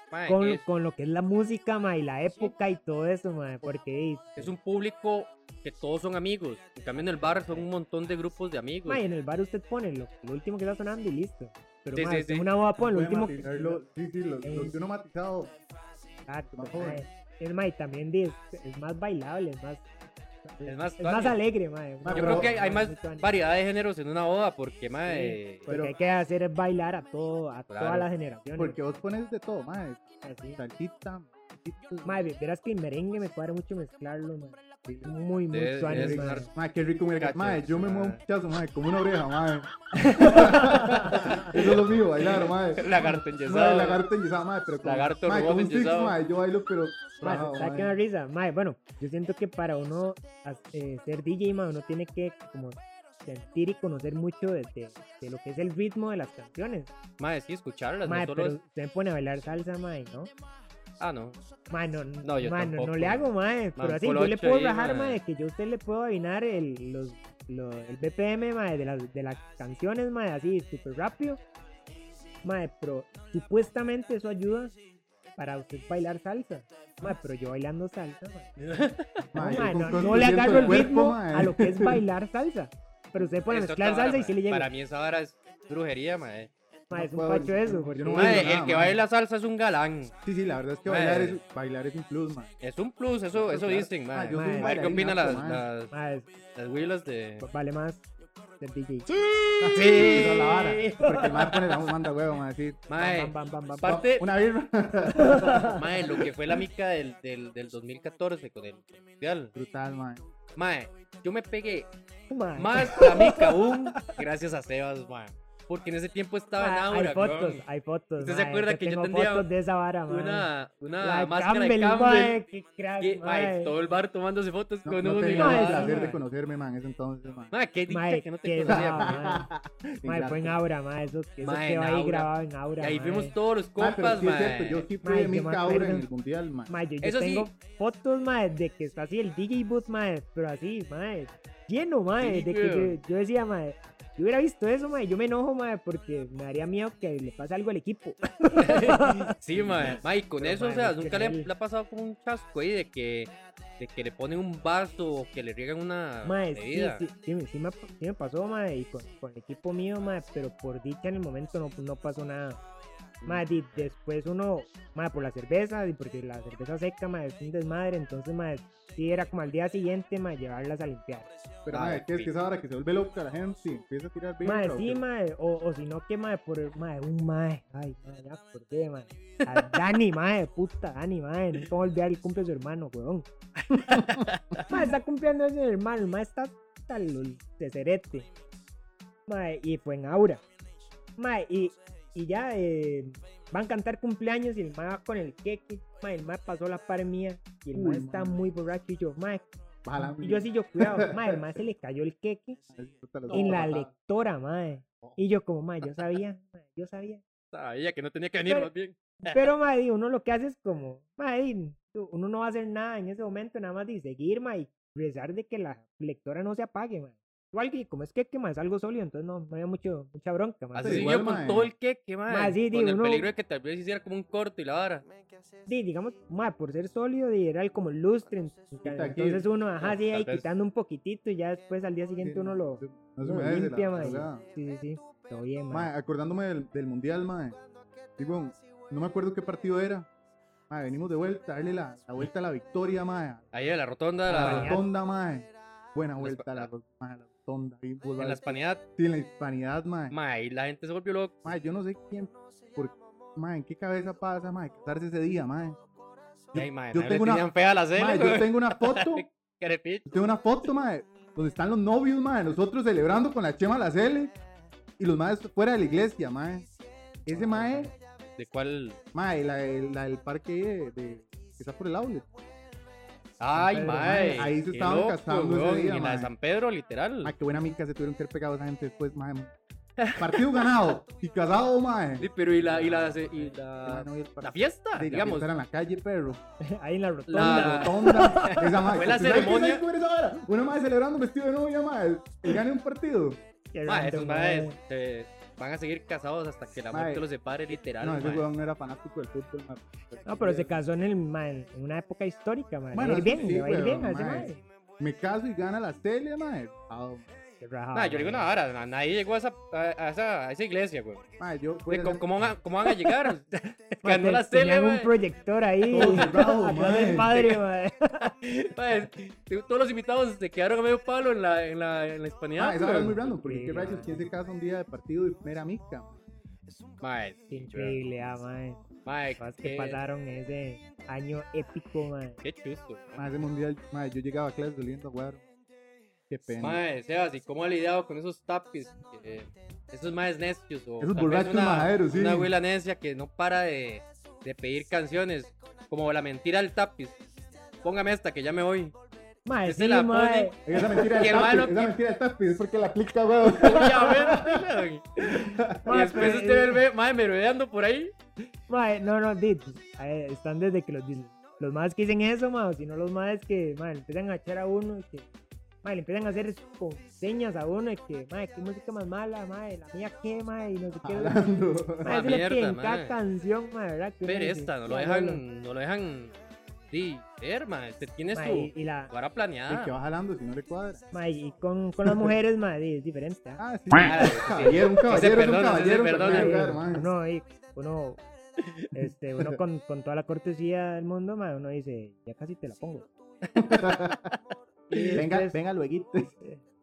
Speaker 2: Mae,
Speaker 4: con,
Speaker 2: eh, es,
Speaker 4: con lo que es la música, ma, y la época y todo eso, ma, porque y-
Speaker 2: es un público que todos son amigos. En cambio, en el bar son un montón de grupos de amigos.
Speaker 4: ma, y en el bar usted pone lo, lo último que está sonando y listo. Pero
Speaker 2: Sí,
Speaker 4: ma,
Speaker 2: sí,
Speaker 4: usted
Speaker 2: sí.
Speaker 4: en una boda pone lo
Speaker 3: Pueden
Speaker 4: último que
Speaker 3: matizarlo, Sí, sí, los,
Speaker 4: Eh.
Speaker 3: los que uno matizado.
Speaker 4: Exacto,
Speaker 3: más
Speaker 4: ma,
Speaker 3: joven.
Speaker 4: es, ma, y también di, es, es más bailable, es más
Speaker 2: Es más
Speaker 4: es más
Speaker 2: tuanis.
Speaker 4: alegre, ma, una
Speaker 3: Ma,
Speaker 2: Yo
Speaker 3: pero-
Speaker 2: creo
Speaker 4: boda,
Speaker 2: que hay, hay
Speaker 4: ma,
Speaker 2: más
Speaker 4: muy tuanis.
Speaker 2: variedad de géneros en una boda porque, mae.
Speaker 4: Porque
Speaker 3: Pero-
Speaker 4: hay que hacer es bailar a todo, a todas
Speaker 2: Claro.
Speaker 4: las generaciones.
Speaker 3: Porque vos pones de todo, mae.
Speaker 4: así.
Speaker 3: Salsita.
Speaker 4: Ma, ve- verás que el merengue me cuadra mucho mezclarlo, ma. Es Muy, muy
Speaker 2: Debe-
Speaker 4: tuanis,
Speaker 2: debe
Speaker 4: ma.
Speaker 2: sonar
Speaker 3: Mae, qué rico mira,
Speaker 2: Cachas,
Speaker 3: Mae, yo me
Speaker 2: mae.
Speaker 3: muevo un chazo, mae, como una oreja, mae. Eso es lo mío, bailar, mae.
Speaker 2: Lagarto
Speaker 3: Mae,
Speaker 2: enyesado.
Speaker 3: lagarto enyesado, mae, pero como,
Speaker 2: Lagarto
Speaker 3: mae, como
Speaker 2: rugoso
Speaker 3: un six,
Speaker 2: enyesado.
Speaker 3: mae, yo bailo, pero
Speaker 4: Mae,
Speaker 3: bravo,
Speaker 4: ¿sabe qué me da
Speaker 3: mae.
Speaker 4: risa? Mae, bueno, yo siento que para uno as- eh, ser DJ, mae, uno tiene que como sentir y conocer mucho de, de- de lo que es el ritmo de las canciones.
Speaker 2: Mae, sí, escucharlas.
Speaker 4: Mae,
Speaker 2: no solo
Speaker 4: pero
Speaker 2: es-
Speaker 4: usted me pone a bailar salsa, mae, ¿no?
Speaker 2: Ah, no.
Speaker 4: Mae, no,
Speaker 2: No, yo
Speaker 4: mae, no- no
Speaker 2: tampoco.
Speaker 4: le hago, mae, pero
Speaker 2: un
Speaker 4: así yo le
Speaker 2: colocho
Speaker 4: puedo
Speaker 2: ahí,
Speaker 4: bajar,
Speaker 2: mae.
Speaker 4: mae, que yo a usted le puedo adivinar el, los, lo- el BPM, mae, de las, de las canciones, mae, así súper rápido. Mae, pero supuestamente eso ayuda para usted bailar salsa. Mae, pero yo bailando salsa, mae.
Speaker 3: Mae,
Speaker 4: Mae,
Speaker 3: con
Speaker 4: no,
Speaker 3: todo
Speaker 4: no le
Speaker 3: siento
Speaker 4: agarro el
Speaker 3: cuerpo,
Speaker 4: ritmo
Speaker 3: mae.
Speaker 4: a lo que es bailar salsa. Pero usted puede
Speaker 2: Es otra
Speaker 4: mezclar
Speaker 2: vara,
Speaker 4: salsa y
Speaker 2: mae.
Speaker 4: si le llega.
Speaker 2: Para mí esa vara es brujería, mae.
Speaker 4: Mae, es
Speaker 3: no
Speaker 4: un
Speaker 3: puedo,
Speaker 4: pacho eso.
Speaker 3: yo
Speaker 4: porque-
Speaker 3: no
Speaker 2: Mae,
Speaker 3: nada,
Speaker 2: el que
Speaker 3: mae.
Speaker 2: baila salsa es un galán.
Speaker 3: Sí, sí, la verdad es que
Speaker 2: Mae.
Speaker 3: bailar es, bailar es un plus, mae.
Speaker 2: Es un plus, eso, eso
Speaker 3: Claro.
Speaker 2: dicen,
Speaker 3: Ah,
Speaker 2: mae.
Speaker 3: yo
Speaker 4: soy
Speaker 2: A
Speaker 4: un
Speaker 2: ver qué
Speaker 3: bailarín
Speaker 2: opinan las,
Speaker 3: nato, mae.
Speaker 2: las,
Speaker 4: mae, es-
Speaker 2: las huilas de.
Speaker 4: vale más del DJ.
Speaker 3: Sí, esa es la vara. Porque el mae pone la manda huevo, mae, sí.
Speaker 2: Mae,
Speaker 4: Bam, bam, bam, bam, bam.
Speaker 2: parte,
Speaker 3: Una birra.
Speaker 2: mae, lo que fue la mica del, del, del 2014 con el mundial.
Speaker 3: Brutal, mae.
Speaker 2: Mae, yo me pegué
Speaker 4: Mae,
Speaker 2: más la mica aún gracias a Sebas, mae. Porque en ese tiempo estaba en
Speaker 4: mae,
Speaker 2: Aura,
Speaker 4: Ah, hay fotos,
Speaker 2: weón.
Speaker 4: hay fotos.
Speaker 2: ¿Usted se
Speaker 4: mae,
Speaker 2: acuerda que yo
Speaker 4: tengo
Speaker 2: tendría
Speaker 4: fotos de esa vara, mae.
Speaker 2: Una, una
Speaker 4: La de
Speaker 2: máscara
Speaker 4: Campbell,
Speaker 2: de Campbell.
Speaker 4: mae, qué crack,
Speaker 2: Que, mae,
Speaker 4: mae.
Speaker 2: todo el bar tomándose fotos
Speaker 3: No,
Speaker 2: con
Speaker 3: no
Speaker 2: uno y
Speaker 3: tenía
Speaker 4: mae,
Speaker 3: el
Speaker 2: la-
Speaker 3: placer de
Speaker 2: mae.
Speaker 3: conocerme, man, ese entonces, man.
Speaker 2: Mae, qué dicha
Speaker 4: Mae,
Speaker 2: que no te
Speaker 4: qué
Speaker 2: conocía,
Speaker 4: bravo,
Speaker 2: mae.
Speaker 4: mae. Mae, fue en Aura, mae, eso, eso
Speaker 2: Mae,
Speaker 4: quedó
Speaker 2: en
Speaker 4: ahí
Speaker 2: Aura.
Speaker 4: grabado en Aura.
Speaker 2: Y ahí
Speaker 4: mae.
Speaker 2: fuimos todos los compas,
Speaker 3: sí es cierto,
Speaker 2: mae.
Speaker 3: yo sí
Speaker 4: Mae,
Speaker 3: fui
Speaker 4: yo
Speaker 3: mi
Speaker 4: me
Speaker 3: cabra en
Speaker 4: acuerdo.
Speaker 3: el mundial, man.
Speaker 4: Mae, yo, yo
Speaker 2: Eso sí.
Speaker 4: tengo fotos, mae, de que está así el DJ booth, mae, pero así, mae, lleno, mae,
Speaker 2: Sí,
Speaker 4: de que
Speaker 2: weón.
Speaker 4: yo, yo decía, mae, yo hubiera visto eso, mae, yo me enojo, mae, porque me daría miedo que le pase algo al equipo.
Speaker 2: Sí, mae. Mae, y con
Speaker 4: Pero,
Speaker 2: eso,
Speaker 4: mae,
Speaker 2: o sea,
Speaker 4: es que
Speaker 2: nunca le,
Speaker 4: sí.
Speaker 2: le ha pasado como un chasco ahí de que, de que le ponen un vaso o que le riegan una
Speaker 4: Mae, sí,
Speaker 2: bebida.
Speaker 4: sí, sí, me- sí me, sí me pasó, mae, y con, con el equipo mío, mae, pero por dicha en el momento no, no pasó nada. Mae, di- después uno, mae, por la cerveza, di, porque la cerveza seca, mae, es un desmadre, entonces, mae, sí era como al día siguiente, mae, llevarlas a limpiar.
Speaker 3: Pero,
Speaker 2: Ah,
Speaker 3: mae, ¿qué es
Speaker 2: sí.
Speaker 3: que esa hora que se vuelve loca la gente? Sí, empieza a tirar bien.
Speaker 4: Mae, sí, mae, o, o si no, que mae, por mae, un mae, ay, mae, ya, ¿por qué, mae? A Dani, mae, puta, Dani, mae, no puedo olvidar el cumple de su hermano, weón. mae, está cumpliendo ese hermano, el mae está hasta el tecerete. Mae, y fue en Aura. Mae, y, y ya, eh, van a cantar cumpleaños y el mae va con el queque. Mae, el mae pasó la par mía y el
Speaker 3: Uy,
Speaker 4: mae está
Speaker 3: mae.
Speaker 4: muy borracho y yo, mae, y yo así, yo, cuidado, mae, el mae se le cayó el queque en la lectora, mae. Y yo como, mae, yo sabía, mae, yo sabía.
Speaker 2: Sabía que no tenía que venir
Speaker 4: Pero-
Speaker 2: más bien.
Speaker 4: Pero, mae, di, uno lo que hace es como, mae, di, uno no va a hacer nada en ese momento, nada más de seguir, mae, y rezar de que la lectora no se apague, mae. Igual que como es que, que mae, es algo sólido, entonces no, no había mucho, mucha bronca, mae. Pues,
Speaker 2: Así
Speaker 3: Pero
Speaker 2: siguió
Speaker 3: igual,
Speaker 2: con
Speaker 3: mae.
Speaker 2: todo el queque, mae.
Speaker 4: Mae, sí,
Speaker 2: con
Speaker 4: digo,
Speaker 2: el
Speaker 4: uno-
Speaker 2: peligro de que tal vez hiciera como un corto y la vara.
Speaker 4: Sí, digamos, mae, por ser sólido, di, era el como lustre, en- entonces uno, ajá, sí,
Speaker 2: Tal
Speaker 4: ahí
Speaker 2: vez.
Speaker 4: quitando un poquitito y ya después al día siguiente uno lo,
Speaker 3: No se
Speaker 4: uno
Speaker 3: me hace la
Speaker 4: limpia, mae.
Speaker 3: chulada.
Speaker 4: Sí, sí, sí, todo bien, mae.
Speaker 3: Mae, acordándome del, del mundial, mae. Digo, no me acuerdo qué partido era. Mae, venimos de vuelta, darle la, la vuelta a la victoria, mae.
Speaker 2: Ahí en la rotonda,
Speaker 4: Ah,
Speaker 2: la-
Speaker 3: La
Speaker 4: España.
Speaker 3: rotonda, mae. Buena
Speaker 2: La
Speaker 3: vuelta,
Speaker 2: espa-
Speaker 3: la, ro- mae, la rotonda. ahí, pues,
Speaker 2: en
Speaker 3: la-
Speaker 2: la hispanidad,
Speaker 3: sí, en la hispanidad, mae.
Speaker 2: mae, y la gente se volvió loca.
Speaker 3: Mae, yo no sé quién, por, mae, en qué cabeza pasa, mae, casarse ese día, mae. Yo-
Speaker 2: Ey, mae,
Speaker 3: yo
Speaker 2: mae,
Speaker 3: tengo
Speaker 2: le
Speaker 3: una-
Speaker 2: tenían fea la cena,
Speaker 3: Mae, yo
Speaker 2: güey.
Speaker 3: tengo una foto, yo
Speaker 2: Carepito.
Speaker 3: tengo una foto, mae, donde están los novios, mae, nosotros celebrando con la Chema la Cele y los maes fuera de la iglesia, mae. Ese mae,
Speaker 2: ¿De cuál?
Speaker 3: mae, la, la del parque de, de- que está por el aula.
Speaker 2: Ay,
Speaker 3: Pedro,
Speaker 2: mae.
Speaker 3: mae, ahí se
Speaker 2: qué
Speaker 3: estaban
Speaker 2: loco,
Speaker 3: casando ese
Speaker 2: weón,
Speaker 3: día,
Speaker 2: En la de
Speaker 3: mae.
Speaker 2: San Pedro, literal.
Speaker 3: Mae, qué buena mica se tuvieron que haber pegado esa gente después, mae. Partido ganado y casado, mae.
Speaker 2: Sí, pero y la, y la, y
Speaker 3: Ah,
Speaker 2: la,
Speaker 3: no, y el
Speaker 2: la
Speaker 3: partido-
Speaker 2: fiesta,
Speaker 3: sí, la
Speaker 2: digamos.
Speaker 3: fiesta era en la calle, perro.
Speaker 4: Ahí en la rotonda.
Speaker 2: La-
Speaker 3: Tonda. Esa madre.
Speaker 2: Fue la
Speaker 3: ¿Tú sabes qué
Speaker 2: ceremonia.
Speaker 3: sabe cómo era esa vara? Una madre celebrando vestido de novia, madre. Y gane un partido.
Speaker 4: qué
Speaker 2: Mae,
Speaker 4: random,
Speaker 2: esos
Speaker 4: mae.
Speaker 2: maes eh, van a seguir casados hasta que la
Speaker 3: Mae.
Speaker 2: muerte los separe, literal.
Speaker 3: No, ese
Speaker 2: mae.
Speaker 3: weón era fanático del fútbol, madre.
Speaker 4: No, pero se casó en, el, ma, en una época histórica, man.
Speaker 3: Bueno,
Speaker 4: Bueno, ir bien,
Speaker 3: sí,
Speaker 4: le va a ir
Speaker 3: weón,
Speaker 4: bien a ese
Speaker 3: mae.
Speaker 4: mae.
Speaker 3: Me caso y gana la tele, Ah, madre.
Speaker 4: Qué rajado,
Speaker 2: Mae, yo le digo una
Speaker 4: mae.
Speaker 2: vara, na- nadie llegó a esa, a, a esa, a esa iglesia, güey.
Speaker 3: Madre, yo
Speaker 2: Güey, ¿Cómo,
Speaker 3: fuera esa-
Speaker 2: cómo van a, ¿Cómo van a llegar?
Speaker 4: Mae,
Speaker 2: Ganó
Speaker 4: te-
Speaker 2: la tele,
Speaker 4: tenían Pues un
Speaker 2: güey.
Speaker 4: proyector ahí.
Speaker 3: Todo cerrado,
Speaker 4: atrás del
Speaker 3: mae.
Speaker 4: padre, mae.
Speaker 2: Mae, Todos los invitados se quedaron a medio palo en la, en la, en la
Speaker 3: Mae,
Speaker 2: hispanidad.
Speaker 3: esa vara es muy
Speaker 2: güey.
Speaker 3: random, porque qué
Speaker 4: Sí,
Speaker 3: rayos,
Speaker 4: mae.
Speaker 3: ¿quién se casa un día de partido y primera mica?
Speaker 2: Mae,
Speaker 4: Qué Increíble, ah, mae.
Speaker 2: mae,
Speaker 4: Cosas
Speaker 2: qué-
Speaker 4: que pasaron ese año épico, mae.
Speaker 2: Qué chusto.
Speaker 3: Madre, ese mundial, madre, yo llegaba a clases doliendo, weón. Qué pena.
Speaker 2: Mae, Sebas, ¿y cómo ha lidiado con esos tapis? Eh, esos maes necios. O tal
Speaker 3: Esos
Speaker 2: vez
Speaker 3: borrachos majaderos, sí.
Speaker 2: Una abuela necia que no para de, de pedir canciones. Como la mentira del tapiz. Póngame esta que ya me voy.
Speaker 4: Mae,
Speaker 2: Ese
Speaker 4: sí,
Speaker 2: la
Speaker 4: mae.
Speaker 2: pone-
Speaker 3: Esa mentira
Speaker 2: Qué
Speaker 3: del
Speaker 2: malo
Speaker 3: tapi,
Speaker 2: que-
Speaker 3: esa mentira del tapi, es porque la aplica, weón.
Speaker 2: Ya ven, güey. Y
Speaker 4: Mae,
Speaker 2: después
Speaker 4: pero,
Speaker 2: usted
Speaker 4: eh,
Speaker 2: ve el ve, mae, merodeando por ahí.
Speaker 4: Mae, no, no, dit. Están desde que los dicen. Los más que dicen eso, mae, o si no los más que, mae, le empiezan a echar a uno y que, mae, le empiezan a hacer con señas a uno y que, mae, qué música más mala, mae, la mía qué, mae, y no sé qué.
Speaker 3: Hablando.
Speaker 4: Mae,
Speaker 2: Ah,
Speaker 4: eso es lo que
Speaker 2: mierda,
Speaker 4: en cada
Speaker 2: mae.
Speaker 4: canción, mae, ¿verdad? Que uno
Speaker 2: Ver
Speaker 4: dice,
Speaker 2: esta, no lo
Speaker 4: "Ya, bueno".
Speaker 2: dejan. No lo dejan. Sí, ver, mae. Usted tiene
Speaker 4: Mae, y,
Speaker 2: su.
Speaker 4: y la,
Speaker 2: Ahora
Speaker 3: El que
Speaker 2: planeada.
Speaker 3: va jalando si no le cuadra.
Speaker 4: mae, y con, con las mujeres, mae, es diferente. ¿ah?
Speaker 3: Ah, sí.
Speaker 2: Ah, sí,
Speaker 3: Un caballero, un caballero, es un
Speaker 2: perdona, sí se
Speaker 3: caballero. en
Speaker 2: perdona,
Speaker 3: primer
Speaker 4: Mae,
Speaker 3: lugar, mae.
Speaker 4: uno, ahí, uno, este, uno con, con toda la cortesía del mundo, mae, uno dice, ya casi te la pongo. Y
Speaker 3: Venga,
Speaker 4: después-
Speaker 3: venga luego.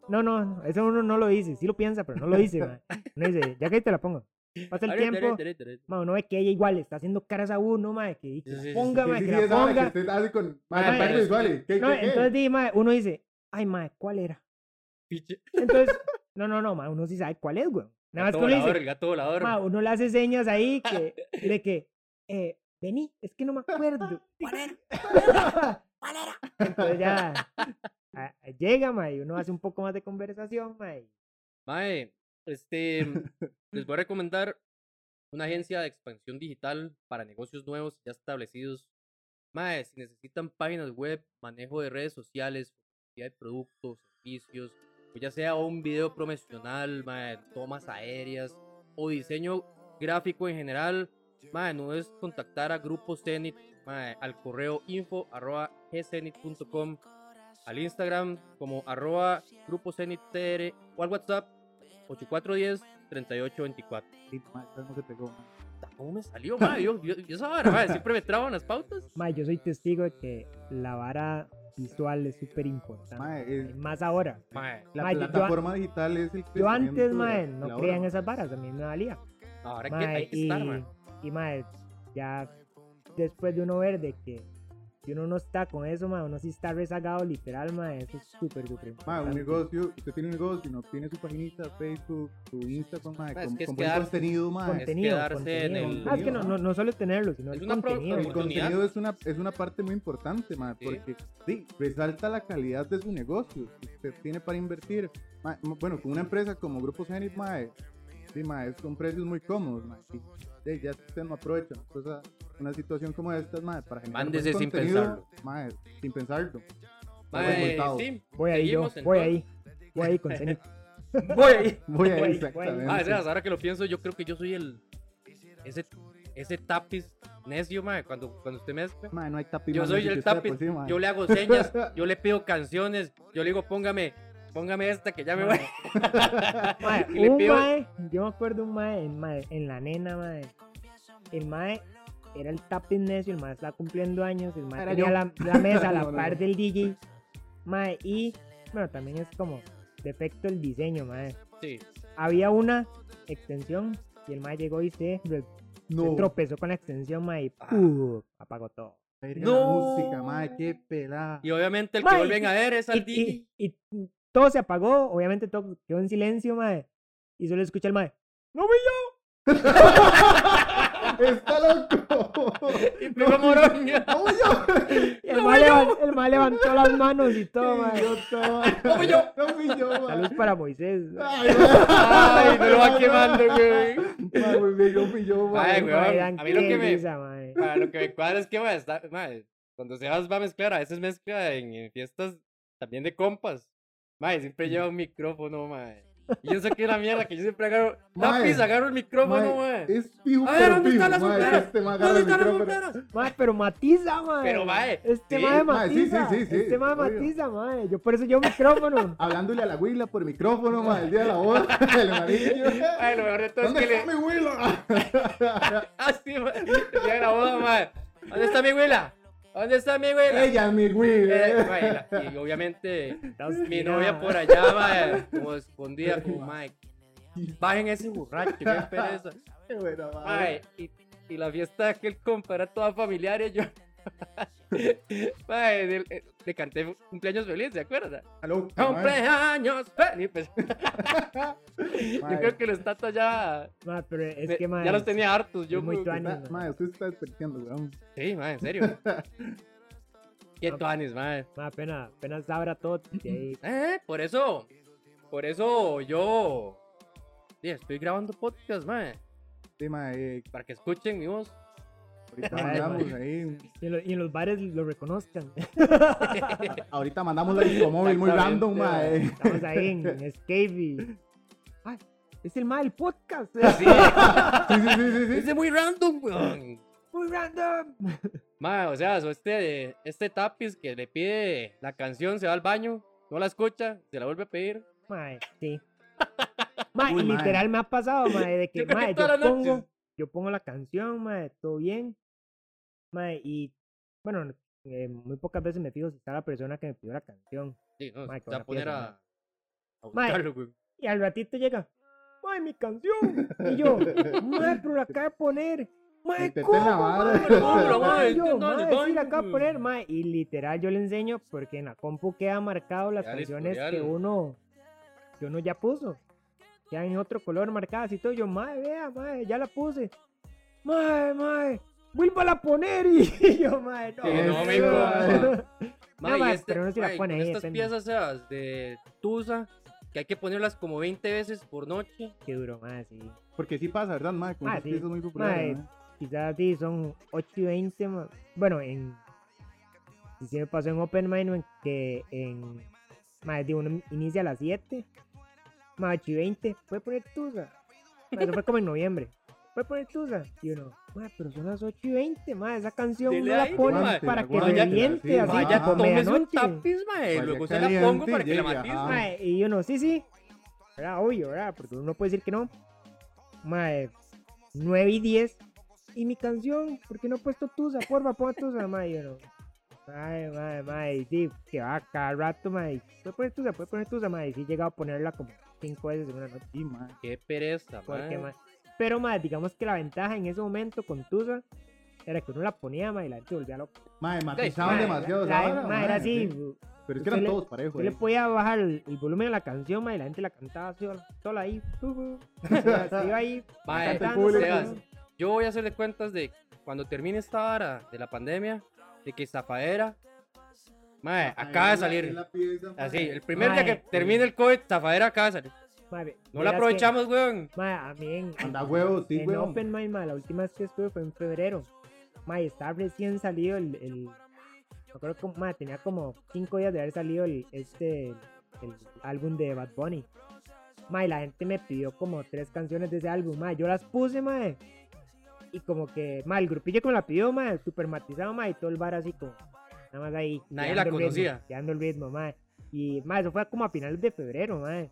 Speaker 4: No, no, no, eso uno no lo dice, sí lo piensa, pero no lo dice, mae. Uno dice, ya casi te la pongo. Pasa el
Speaker 2: Ahorita,
Speaker 4: tiempo,
Speaker 2: ahorita, ahorita, ahorita.
Speaker 4: mae, uno ve que ella igual está haciendo caras a uno, mae, que que
Speaker 2: Sí, sí, sí,
Speaker 4: la ponga, mae,
Speaker 3: Sí, sí,
Speaker 4: que
Speaker 3: sí,
Speaker 4: la
Speaker 3: esa hora que
Speaker 4: ponga.
Speaker 3: usted hace con
Speaker 2: Mae,
Speaker 3: Mae,
Speaker 2: pero-
Speaker 3: partes visuales. ¿Qué,
Speaker 4: No,
Speaker 3: qué, qué?
Speaker 4: entonces di, mae, uno dice, ay, mae, ¿cuál era?
Speaker 2: Pinche-
Speaker 4: Entonces, no, no, no, mae, uno sí sabe cuál es, güey. Nada más
Speaker 2: Gato
Speaker 4: que uno dice,
Speaker 2: volador, el gato volador.
Speaker 4: Ma, uno le hace señas ahí que, de que, eh, vení, es que no me acuerdo. Entonces ya a- llega, ma, y uno hace un poco más de conversación, ma. y-
Speaker 2: Mae, este, les voy a recomendar una agencia de expansión digital para negocios nuevos ya establecidos. Mae, si necesitan páginas web, manejo de redes sociales, fotografía de productos, servicios, o ya sea un video promocional, mae, tomas aéreas o diseño gráfico en general, mae, no es contactar a Grupo Zenit, mae, al correo info arroba gzenit.com, al Instagram como arroba Grupo Zenit TR o al WhatsApp 8410-3824.
Speaker 3: Sí, mae, esa no se pegó, mae.
Speaker 2: ¿Cómo me salió, mae? Yo, yo, yo esa vara, mae, siempre me traban las pautas.
Speaker 4: Mae, yo soy testigo de que la vara visual es súper importante.
Speaker 3: Mae, es-
Speaker 4: Más ahora.
Speaker 2: Mae,
Speaker 3: La
Speaker 4: Mae, yo- yo-
Speaker 3: plataforma digital es el
Speaker 4: Yo antes,
Speaker 3: crecimiento
Speaker 4: mae,
Speaker 3: de la
Speaker 4: no
Speaker 3: hora.
Speaker 4: creía en esas varas, a mí me valía.
Speaker 2: ahora que
Speaker 4: Mae,
Speaker 2: hay que
Speaker 4: y,
Speaker 2: estar, mae.
Speaker 4: y mae, ya después de uno ver de que si uno no está con eso, mae, uno sí está rezagado literal, mae, eso es súper,
Speaker 3: Mae,
Speaker 4: súper
Speaker 3: un
Speaker 4: importante.
Speaker 3: negocio, usted tiene un negocio, no tiene su paginita, Facebook, su Instagram, mae,
Speaker 2: Mae, es
Speaker 3: con,
Speaker 2: que es
Speaker 3: con buen
Speaker 2: quedar-
Speaker 3: contenido, mae.
Speaker 2: es
Speaker 4: Contenido,
Speaker 2: quedarse
Speaker 4: contenido.
Speaker 2: en el-
Speaker 4: Ah, es que no, no, no solo tenerlo, sino
Speaker 2: Es
Speaker 4: el
Speaker 2: una pro-
Speaker 4: contenido.
Speaker 3: El
Speaker 4: mae.
Speaker 2: oportunidad.
Speaker 3: contenido es una, es una parte muy importante, mae,
Speaker 2: Sí.
Speaker 3: porque sí, resalta la calidad de su negocio. que Usted tiene para invertir. Mae, m- bueno, con una empresa como Grupo Zenith, mae, sí, mae, es con precios muy cómodos, mae. y, sí, ya usted no aprovecha una cosa- una situación como esta, mae, para generar buen
Speaker 2: Mándese sin
Speaker 3: contenido,
Speaker 2: pensarlo.
Speaker 3: mae, sin pensarlo.
Speaker 2: Mae,
Speaker 3: resultado.
Speaker 2: sí,
Speaker 4: Voy ahí yo,
Speaker 2: seguimos,
Speaker 4: voy
Speaker 2: entonces.
Speaker 4: ahí, voy ahí con Zenith.
Speaker 2: Voy ahí.
Speaker 3: Voy a
Speaker 4: Güey,
Speaker 3: ir, exactamente.
Speaker 2: Ah, veas, ahora que lo pienso, yo creo que yo soy el. Ese, ese tapiz necio, mae. Cuando, cuando usted me hace-
Speaker 3: Mae, no hay tapi,
Speaker 2: Yo
Speaker 3: mae,
Speaker 2: soy
Speaker 3: si
Speaker 2: el
Speaker 3: usted de
Speaker 2: tapiz.
Speaker 3: por sí, mae.
Speaker 2: Yo le hago señas, yo le pido canciones, yo le digo, póngame, póngame esta que ya me voy.
Speaker 4: Mae,
Speaker 2: Y le
Speaker 4: un
Speaker 2: pido-
Speaker 4: mae, yo me acuerdo un mae, en, mae, en la nena, mae. El mae era el tapiz necio, el mae estaba cumpliendo años, el mae
Speaker 3: Era
Speaker 4: tenía
Speaker 3: yo.
Speaker 4: la, la mesa a la
Speaker 3: No, no,
Speaker 4: par
Speaker 3: no.
Speaker 4: del DJ. Mae, y bueno, también es como defecto el diseño, mae.
Speaker 2: Sí.
Speaker 4: Había una extensión y el mae llegó y se, re- se
Speaker 3: no.
Speaker 4: tropezó con la extensión, mae, y
Speaker 2: Ah.
Speaker 4: ¡pum! apagó todo.
Speaker 3: La
Speaker 2: No.
Speaker 3: música, mae, qué pelada.
Speaker 2: Y obviamente el
Speaker 4: Mae,
Speaker 2: que vuelven a ver es al
Speaker 4: Y-
Speaker 2: DJ.
Speaker 4: y, y todo se apagó, obviamente todo quedó en silencio, mae. Y solo escucha el mae. ¡No voy
Speaker 3: ¡Está loco!
Speaker 2: Y pegó morón.
Speaker 3: ¡No, yo!
Speaker 4: Y El mal, el mal levantó las manos y todo, mae.
Speaker 3: Idiota, mae. ¡No
Speaker 2: fui yo.
Speaker 3: ¡No fui yo, mae.
Speaker 4: Saludos para Moisés.
Speaker 3: Ay, mae.
Speaker 2: Ay, me lo va quemando, güey.
Speaker 3: Mae, muy bien, no fui yo, mae.
Speaker 2: Ay, güey.
Speaker 4: Mae,
Speaker 2: a
Speaker 4: dan
Speaker 2: mí lo
Speaker 4: qué
Speaker 2: que me-
Speaker 4: risa, mae.
Speaker 2: Para lo que me cuadra es que, mae, está- mae, cuando Sebas va a mezclar, a veces mezcla en, en fiestas también de compas. Mae, siempre lleva un micrófono, mae. Y yo sé que es la mierda, que yo siempre agarro.
Speaker 3: Mae,
Speaker 2: Tapiz, agarro el micrófono, mae.
Speaker 3: Mae, Es fijo,
Speaker 2: A ver,
Speaker 3: pero
Speaker 2: ¿dónde están
Speaker 3: fijo,
Speaker 2: las
Speaker 3: mae, que
Speaker 2: solteras?
Speaker 3: este mae agarra
Speaker 2: ¿Dónde
Speaker 3: el
Speaker 2: están las
Speaker 3: micrófono.
Speaker 2: fronteras?
Speaker 4: Mae, pero matiza, mae.
Speaker 2: Pero, mae,
Speaker 4: Este
Speaker 2: sí,
Speaker 4: mae
Speaker 3: mae, sí,
Speaker 4: matiza.
Speaker 3: sí, sí, sí,
Speaker 4: este mae
Speaker 3: obvio.
Speaker 4: matiza, mae. Yo por eso llevo micrófono.
Speaker 3: Hablándole a la huila por micrófono, mae, el día de la boda, el amarillo.
Speaker 2: Mae, lo mejor de todo es
Speaker 3: ¿Dónde
Speaker 2: que le.
Speaker 3: está mi huila?
Speaker 2: Ah, sí, mae. El día de la boda, mae. ¿Dónde está mi abuela? ¿Dónde está mi abuela?
Speaker 3: Ella es mi
Speaker 2: Eh,
Speaker 3: huila.
Speaker 2: mae, la- y obviamente
Speaker 4: Está
Speaker 2: mi
Speaker 4: obstinada.
Speaker 2: novia por allá, mae, como escondida, como, mae, bajen ese borracho, qué pereza.
Speaker 3: Qué buena, mae.
Speaker 2: Mae, y, y la fiesta que él compara toda familiar y yo. Mae, del- eh, le canté cumpleaños feliz, ¿se acuerda?
Speaker 3: Aló, mae.
Speaker 2: ¡Cumpleaños feliz! Pues,
Speaker 3: Mae.
Speaker 2: yo creo que los tatas ya.
Speaker 4: Mae, pero es
Speaker 2: me-
Speaker 4: que, mae.
Speaker 2: Ya los tenía hartos, yo.
Speaker 4: es muy
Speaker 2: creo que-
Speaker 4: tuani.
Speaker 3: Ma- Mae, usted está desperdiciando, weón.
Speaker 2: Sí, mae, en serio. Qué tuanis, mae.
Speaker 4: mae, apenas, apenas sabrá todo. y ahí-
Speaker 2: Eh, por eso. Por eso yo. sí, estoy grabando podcast, mae.
Speaker 3: Sí, mae, eh,
Speaker 2: Para que escuchen mi voz.
Speaker 3: ahorita
Speaker 4: Ay,
Speaker 3: mandamos ahí.
Speaker 4: Y, en lo- y en los bares lo reconozcan.
Speaker 3: Ahorita mandamos la discomóvil muy
Speaker 2: Exactamente,
Speaker 3: random, eh. mae.
Speaker 4: Estamos ahí en, en Escape y- Ay, es el mae del podcast.
Speaker 2: Sí,
Speaker 3: Sí, sí, sí, sí, sí.
Speaker 2: es de muy random, weón.
Speaker 4: Muy random.
Speaker 2: Mae, o sea, so este, este tapiz que le pide la canción, se va al baño, no la escucha, se la vuelve a pedir.
Speaker 4: Mae, sí. Mae,
Speaker 3: Uy,
Speaker 4: y
Speaker 3: mae.
Speaker 4: literal me ha pasado, mae, de que,
Speaker 2: creo que
Speaker 4: mae, yo
Speaker 2: todas las noches.
Speaker 4: pongo, yo pongo la canción, mae, todo bien. Mae, y bueno, eh, muy pocas veces me fijo si está la persona que me pidió la canción.
Speaker 2: Sí, no,
Speaker 4: Mae,
Speaker 2: se
Speaker 4: con
Speaker 2: va
Speaker 4: la
Speaker 2: a poner
Speaker 4: pieza,
Speaker 2: a,
Speaker 4: mae.
Speaker 2: a
Speaker 4: Mae.
Speaker 2: buscarlo, güey.
Speaker 4: Y al ratito llega, mae, mi canción. Y yo, mae, pero la acabo de poner. Mae,
Speaker 3: Metete en
Speaker 4: ¿cómo,
Speaker 3: la madre.
Speaker 4: mae? ¿Cómo,
Speaker 2: Hola,
Speaker 4: mae?
Speaker 2: mae,
Speaker 4: Y yo,
Speaker 2: ¿qué tal?
Speaker 4: mae, sí, la acabo de
Speaker 2: Baño.
Speaker 4: poner, mae. Y literal yo le enseño porque en la compu queda marcado las
Speaker 2: Ya el
Speaker 4: canciones que
Speaker 2: historial.
Speaker 4: uno, que uno ya puso. ya en otro color marcadas y todo. Yo, madre, vea, madre, ya la puse. Madre, madre, vuélvala a poner. Y yo, madre, no.
Speaker 2: Sí,
Speaker 3: no,
Speaker 4: sí,
Speaker 3: me incomoda.
Speaker 2: Mae,
Speaker 4: No,
Speaker 2: y
Speaker 4: mae,
Speaker 2: este-
Speaker 4: pero no se la
Speaker 2: mae,
Speaker 4: pone
Speaker 2: con
Speaker 4: ahí,
Speaker 2: estas
Speaker 4: depende.
Speaker 2: piezas Sebas, de Tusa, que hay que ponerlas como 20 veces por noche.
Speaker 4: Qué duro, madre, sí.
Speaker 3: Porque sí pasa, ¿verdad, mae? Con
Speaker 4: Ah,
Speaker 3: esas
Speaker 4: sí.
Speaker 3: piezas muy populares,
Speaker 4: Mae.
Speaker 3: mae.
Speaker 4: Quizás sí, son 8 y 20. ma- Bueno, en. Si se me pasó en Open Mind, ma, que en. Madre, de uno inicia a las 7. Madre, 8 y 20. Puede poner Tusa. Mae, eso fue como en noviembre. Puede poner Tusa. Y uno, madre, pero son las 8 y 20. Madre, esa canción
Speaker 2: Dele
Speaker 4: no la
Speaker 2: ahí,
Speaker 4: ponen
Speaker 3: mae.
Speaker 4: para que
Speaker 2: Vaya-
Speaker 4: reviente
Speaker 3: sí,
Speaker 4: así
Speaker 2: Vaya,
Speaker 3: ajá.
Speaker 4: como
Speaker 2: tómese un
Speaker 4: medianoche.
Speaker 2: tapiz, mae.
Speaker 3: Vaya
Speaker 2: Luego se la
Speaker 3: caliente
Speaker 2: pongo
Speaker 3: y
Speaker 2: para que la
Speaker 3: llegue,
Speaker 2: matiz,
Speaker 3: ajá.
Speaker 2: mae.
Speaker 4: Mae, y uno, sí, sí. Era obvio, ¿verdad? Porque uno puede decir que no. Mae, 9 y 10. ¿y mi canción? ¿Por qué no he puesto Tusa? Porfa, pon Tusa, mae. Yo no. Mae, mae, mae. Sí, que va cada rato, mae. Puede poner Tusa, puede poner Tusa, mae. Sí, he llegado a ponerla como cinco veces en una noche.
Speaker 3: Sí, mae.
Speaker 2: Qué pereza,
Speaker 4: Porque,
Speaker 2: mae.
Speaker 4: mae. Pero, mae, digamos que la ventaja en ese momento con Tusa era que uno la ponía, mae, y la gente se volvía loca.
Speaker 3: Mae, matizaban
Speaker 4: Mae,
Speaker 3: eh, demasiado.
Speaker 4: la-
Speaker 3: esa
Speaker 4: la-
Speaker 3: vara,
Speaker 4: mae, era
Speaker 3: mae,
Speaker 4: así.
Speaker 3: sí.
Speaker 4: Yo
Speaker 3: Pero es que eran
Speaker 4: usted le-
Speaker 3: todos parejos. eh.
Speaker 4: le
Speaker 2: Pues.
Speaker 3: ahí.
Speaker 4: podía bajar el, el volumen de la canción, mae, y la gente la cantaba sola, sola ahí. Uh, se iba ahí.
Speaker 2: Mae,
Speaker 4: cantando,
Speaker 2: Sebas,
Speaker 4: mae.
Speaker 2: Yo voy a hacerle cuentas de cuando termine esta vara de la pandemia, de que Zafadera, mae,
Speaker 3: Mae,
Speaker 2: acaba de
Speaker 3: en la-
Speaker 2: salir.
Speaker 3: en la pieza, mae.
Speaker 2: Así, el primer día
Speaker 4: Mae,
Speaker 2: que termine el COVID, Zafadera acaba de salir.
Speaker 4: Mae,
Speaker 2: No la
Speaker 4: vieras que-
Speaker 2: aprovechamos, weón.
Speaker 4: Mae, a mí en,
Speaker 3: Anda huevos, sí,
Speaker 4: en
Speaker 3: huevos.
Speaker 4: Open Mind, mae, la última vez que estuve fue en febrero. Mae, estaba recién salido el. el me acuerdo que mae, tenía como 5 días de haber salido el, este, el álbum de Bad Bunny. Mae, la gente me pidió como tres canciones de ese álbum, mae. Yo las puse, mae. Y como que, mae, el grupillo que me la pidió, mae, super matizado, mae, y todo el bar así como. Nada más ahí.
Speaker 2: Nadie la
Speaker 4: llevando el ritmo,
Speaker 2: conocía.
Speaker 4: Llevando el ritmo, mae. Y, mae, eso fue como a finales de febrero, mae.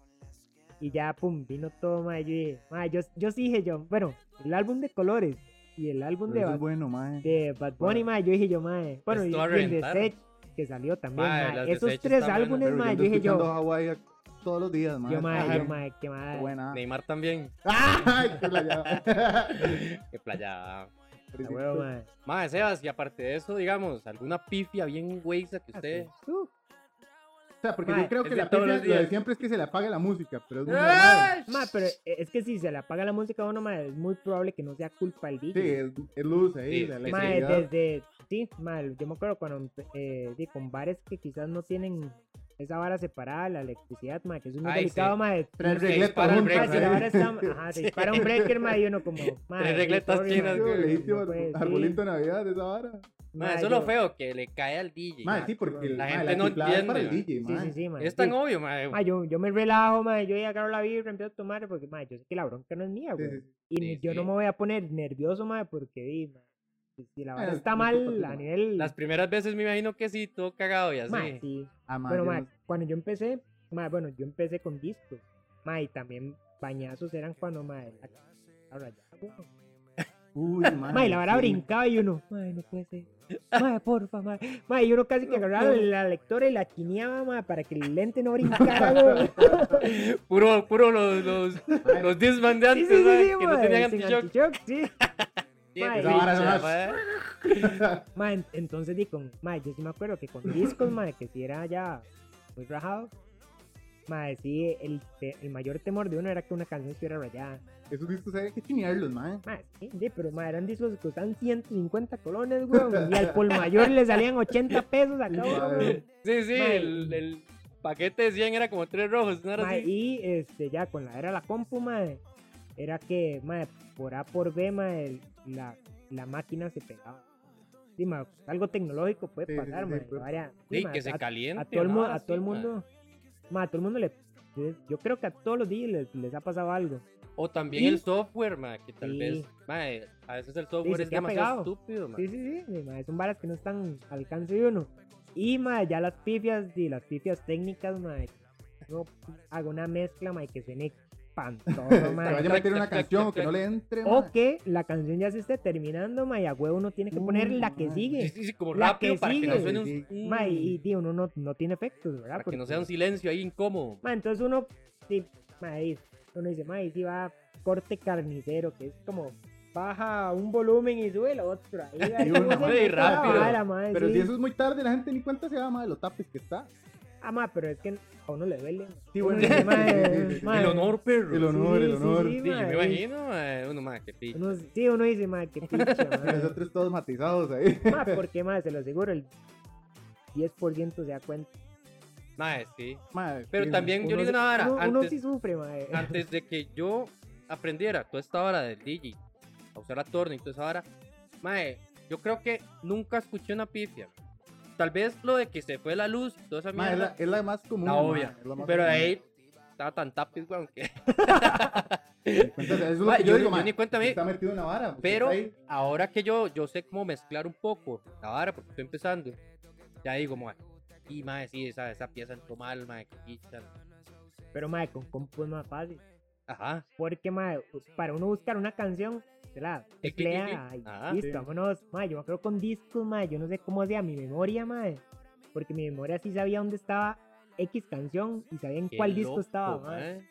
Speaker 4: Y ya, pum, vino todo, mae. Yo, dije, mae, yo, yo sí dije yo, bueno, el álbum de colores y el álbum
Speaker 3: Pero
Speaker 4: de
Speaker 3: eso
Speaker 4: Bad,
Speaker 3: es bueno, eh. mae.
Speaker 4: de Bad Bunny, mae, yo dije yo, mae. Bueno, y,
Speaker 2: Esto va a
Speaker 4: y el de
Speaker 2: reventar.
Speaker 4: Sech, que salió también,
Speaker 2: Mae,
Speaker 4: mae.
Speaker 2: las de
Speaker 4: Esos
Speaker 2: Sech
Speaker 4: tres
Speaker 2: están buenas,
Speaker 4: álbumes,
Speaker 3: Pero
Speaker 4: mae,
Speaker 3: yo
Speaker 4: yo dije
Speaker 3: escuchando
Speaker 4: yo,
Speaker 3: Hawái a- todos los días, mae.
Speaker 4: yo, mae, yo,
Speaker 2: Ajá.
Speaker 4: mae, que mae.
Speaker 3: Buena.
Speaker 2: Neymar también.
Speaker 3: ¡Ay, qué playada!
Speaker 2: Qué playada.
Speaker 4: a huevo, mae.
Speaker 2: Mae, Sebas, y aparte de eso, digamos, alguna pifia bien güeyza que usted.
Speaker 4: Uh,
Speaker 3: O sea, porque
Speaker 4: Mae,
Speaker 3: yo creo
Speaker 2: es
Speaker 3: que
Speaker 2: de
Speaker 3: la
Speaker 2: todos
Speaker 3: pifia,
Speaker 2: los
Speaker 3: lo de
Speaker 2: días.
Speaker 3: siempre es que se le apague la música,
Speaker 4: Ah,
Speaker 3: pero es muy normal.
Speaker 2: ¡Ay!
Speaker 4: mae, pero es que si se le apaga la música a uno, mae, es muy probable que no sea culpa del
Speaker 3: Sí,
Speaker 4: DJ.
Speaker 3: es, es luz ahí,
Speaker 2: Sí,
Speaker 3: la
Speaker 2: sí, sí.
Speaker 4: Mae,
Speaker 3: electricidad.
Speaker 4: desde, sí, mal, yo me acuerdo cuando, empe- eh, di, con bares que quizás no tienen esa vara separada, la electricidad, mae, que eso es muy
Speaker 2: Ay,
Speaker 4: delicado,
Speaker 2: sí.
Speaker 4: mae.
Speaker 3: Tres
Speaker 2: que
Speaker 3: regletas
Speaker 2: dispara el
Speaker 3: juntas,
Speaker 4: Mae, si la
Speaker 2: break.
Speaker 3: ahí.
Speaker 4: vara está, ajá, se dispara un breaker, mae, y uno como, mae,
Speaker 2: Tres
Speaker 4: sí,
Speaker 2: regletas
Speaker 4: sorry, mae,
Speaker 2: chinas,
Speaker 4: no
Speaker 3: Yo, le diste
Speaker 4: puede, pues, sí.
Speaker 3: arbolito de Navidad, esa vara.
Speaker 2: Mae,
Speaker 4: Mae,
Speaker 2: eso es
Speaker 4: yo-
Speaker 2: lo feo, que le cae al DJ.
Speaker 3: Mae, sí, porque
Speaker 4: La
Speaker 3: mae,
Speaker 2: gente no
Speaker 3: chiflada es para el
Speaker 2: entiende,
Speaker 3: DJ,
Speaker 4: Sí,
Speaker 3: mae.
Speaker 4: sí, sí, mae,
Speaker 2: es tan
Speaker 4: sí.
Speaker 2: obvio, mae.
Speaker 4: Mae, yo, yo me relajo, mae, yo ya agarro la birra, empiezo a tomar, porque, mae, yo sé que la bronca no es mía,
Speaker 3: Sí,
Speaker 4: güey.
Speaker 3: sí, sí.
Speaker 4: Y
Speaker 2: Sí,
Speaker 4: yo no
Speaker 2: sí.
Speaker 4: me voy a poner nervioso, mae, porque, di, mae, si- si la vara
Speaker 3: Eh,
Speaker 4: está
Speaker 3: no es culpa
Speaker 4: mal
Speaker 3: tuya,
Speaker 4: a
Speaker 3: mae.
Speaker 4: nivel...
Speaker 2: Las primeras veces me imagino que sí, todo cagado y así.
Speaker 4: mae, sí.
Speaker 3: Ah, mae,
Speaker 4: Bueno,
Speaker 3: yo
Speaker 4: mae,
Speaker 3: no-
Speaker 4: cuando yo empecé, mae, bueno, yo empecé con discos. Mae, y también bañazos eran cuando, mae, la- ahora ya, güey.
Speaker 3: Uy, mae.
Speaker 4: Mae, la vara
Speaker 3: sí.
Speaker 4: brincaba y uno, mae, no puede ser. Mae, porfa, mae. Mae, y uno casi que agarraba la lectora y la quineaba, mae, para que el lente no brincara, güey.
Speaker 2: Puro, puro los, los, los Discman de
Speaker 4: Sí,
Speaker 2: antes,
Speaker 4: sí, sí,
Speaker 2: mae,
Speaker 4: sí,
Speaker 2: que
Speaker 4: mae,
Speaker 2: no tenían
Speaker 4: sin
Speaker 2: anti-shock.
Speaker 4: antichoc, sí.
Speaker 2: Bien
Speaker 4: mae.
Speaker 2: pincha,
Speaker 3: Ahora nomás.
Speaker 2: mae.
Speaker 4: Mae, en- entonces di con, mae, yo sí me acuerdo que con discos, mae, que si era ya muy rajado. Mae, sí, el, te- el mayor temor de uno era que una canción estuviera rayada.
Speaker 3: Esos discos hay que chinearlos, mae.
Speaker 4: Mae, sí, sí, pero mae, eran discos que costaban 150 colones, weón. Y al por mayor le salían 80 pesos a cada uno,
Speaker 3: Madre.
Speaker 4: weón.
Speaker 2: Sí, sí,
Speaker 4: Mae.
Speaker 2: el, el paquete de 100 era como tres rojos, ¿no era
Speaker 4: Mae,
Speaker 2: así?
Speaker 4: y este, ya con la era la compu, mae, era que, mae, por A por B, mae, el- la, la máquina se pegaba. Sí, mae, algo tecnológico puede
Speaker 3: Sí, sí,
Speaker 4: pasar,
Speaker 3: sí,
Speaker 4: mae.
Speaker 3: puede
Speaker 4: vaya- sí,
Speaker 2: Sí,
Speaker 4: mae,
Speaker 2: que se
Speaker 4: a-
Speaker 2: caliente.
Speaker 4: a todo el, mu-
Speaker 2: ¿no?
Speaker 4: a todo el
Speaker 2: Así, mae.
Speaker 4: mundo, mae, a todo el mundo le, le- yo creo que a todos los días les, les ha pasado algo.
Speaker 2: O también
Speaker 4: Y-
Speaker 2: el software, mae, que tal
Speaker 4: Sí.
Speaker 2: vez, mae, a veces el
Speaker 4: Sí,
Speaker 2: software
Speaker 4: se
Speaker 2: es
Speaker 4: queda
Speaker 2: demasiado
Speaker 4: pegado.
Speaker 2: estúpido, mae.
Speaker 4: Sí, sí, sí, sí, mae, son varas que no están al alcance de uno. Y mae, ya las pifias y las pifias técnicas, mae, yo hago una mezcla, mae, que suene espantoso,
Speaker 3: Te vaya
Speaker 4: mae.
Speaker 3: a meter una
Speaker 2: Clac, clac,
Speaker 3: canción
Speaker 2: clac,
Speaker 3: que no le entre,
Speaker 4: O
Speaker 3: mae.
Speaker 4: que la canción ya se esté terminando, mae, y a huevo uno tiene que poner
Speaker 3: Uh,
Speaker 4: la que
Speaker 3: mae.
Speaker 2: Sí,
Speaker 4: sigue.
Speaker 2: sí, sí, como
Speaker 4: La
Speaker 2: rápido
Speaker 4: que
Speaker 2: para que no
Speaker 4: sigue.
Speaker 2: suene un...
Speaker 3: Sí,
Speaker 4: Mae, y tío, uno no, no tiene efectos, ¿verdad?
Speaker 2: Para que no
Speaker 4: Porque-
Speaker 2: sea un silencio ahí incómodo.
Speaker 4: Mae, entonces uno, sí, mae, y uno dice, mae, si va corte carnicero, que es como baja un volumen y sube el otro. Ahí, ahí,
Speaker 3: uno,
Speaker 4: ¿cómo se
Speaker 2: mae, y
Speaker 4: mete la
Speaker 2: rápido.
Speaker 4: vara, mae?
Speaker 3: Pero
Speaker 4: Sí.
Speaker 3: si eso es muy tarde, la gente ni cuenta se va, mae, los tapes que está.
Speaker 4: Ah, ma, pero es que a uno le duele. ma.
Speaker 3: Sí, bueno,
Speaker 4: Uno dice,
Speaker 3: sí,
Speaker 4: "Ma,
Speaker 3: sí, sí, sí, sí.
Speaker 4: ma,
Speaker 2: El honor, perro.
Speaker 3: El honor,
Speaker 4: sí,
Speaker 3: el
Speaker 4: sí,
Speaker 3: honor.
Speaker 4: sí,
Speaker 2: Sí, yo
Speaker 4: ma,
Speaker 2: me
Speaker 4: y-
Speaker 2: imagino, mae, uno, mae, que picha.
Speaker 4: uno- sí, uno dice, ma, qué picha,
Speaker 3: Y
Speaker 4: ma.
Speaker 3: Nosotros todos matizados ahí.
Speaker 4: ma. porque, ma, se lo aseguro, el 10% se da cuenta.
Speaker 2: Mae, eh, sí.
Speaker 3: Mae,
Speaker 2: Pero
Speaker 3: sí,
Speaker 2: también
Speaker 4: Uno,
Speaker 2: yo le digo una vara,
Speaker 4: uno- uno
Speaker 2: antes,
Speaker 4: sí sufre, ma. eh.
Speaker 2: antes de que yo aprendiera toda esta vara del DJ, a usar la torna y toda esa vara, mae, yo creo que nunca escuché una pifia. Tal vez lo de que se fue la luz y toda esa
Speaker 3: Mae, es la,
Speaker 2: mierda,
Speaker 3: es la más común.
Speaker 2: la
Speaker 3: mae,
Speaker 2: obvia.
Speaker 3: es la más
Speaker 2: Pero
Speaker 3: común.
Speaker 2: ahí estaba tan tapis, weón, que...
Speaker 3: Entonces, eso es lo
Speaker 2: Mae,
Speaker 3: que
Speaker 2: yo
Speaker 3: yo
Speaker 2: ni-
Speaker 3: digo,
Speaker 2: yo
Speaker 3: mae,
Speaker 2: ni cuenta me di.
Speaker 3: Está metido en una vara. pues,
Speaker 2: Pero
Speaker 3: está ahí.
Speaker 2: ahora que yo, yo sé cómo mezclar un poco la vara, porque estoy empezando, ya digo, mae, y mae, sí, esa, esa pieza entró mal, mae, que picha.
Speaker 4: Pero, ma, con compu es más fácil.
Speaker 2: Ajá,
Speaker 4: Porque, ma, para uno buscar una canción, la
Speaker 2: Eclipse.
Speaker 4: emplea. y
Speaker 2: Ajá,
Speaker 4: listo,
Speaker 3: sí.
Speaker 4: vámonos. Mae, yo me acuerdo con discos, mae. Yo no sé cómo sea mi memoria, mae. Porque mi memoria sí sabía dónde estaba X canción y sabía en
Speaker 2: Qué
Speaker 4: cuál disco
Speaker 2: loco,
Speaker 4: estaba, mae.
Speaker 2: mae.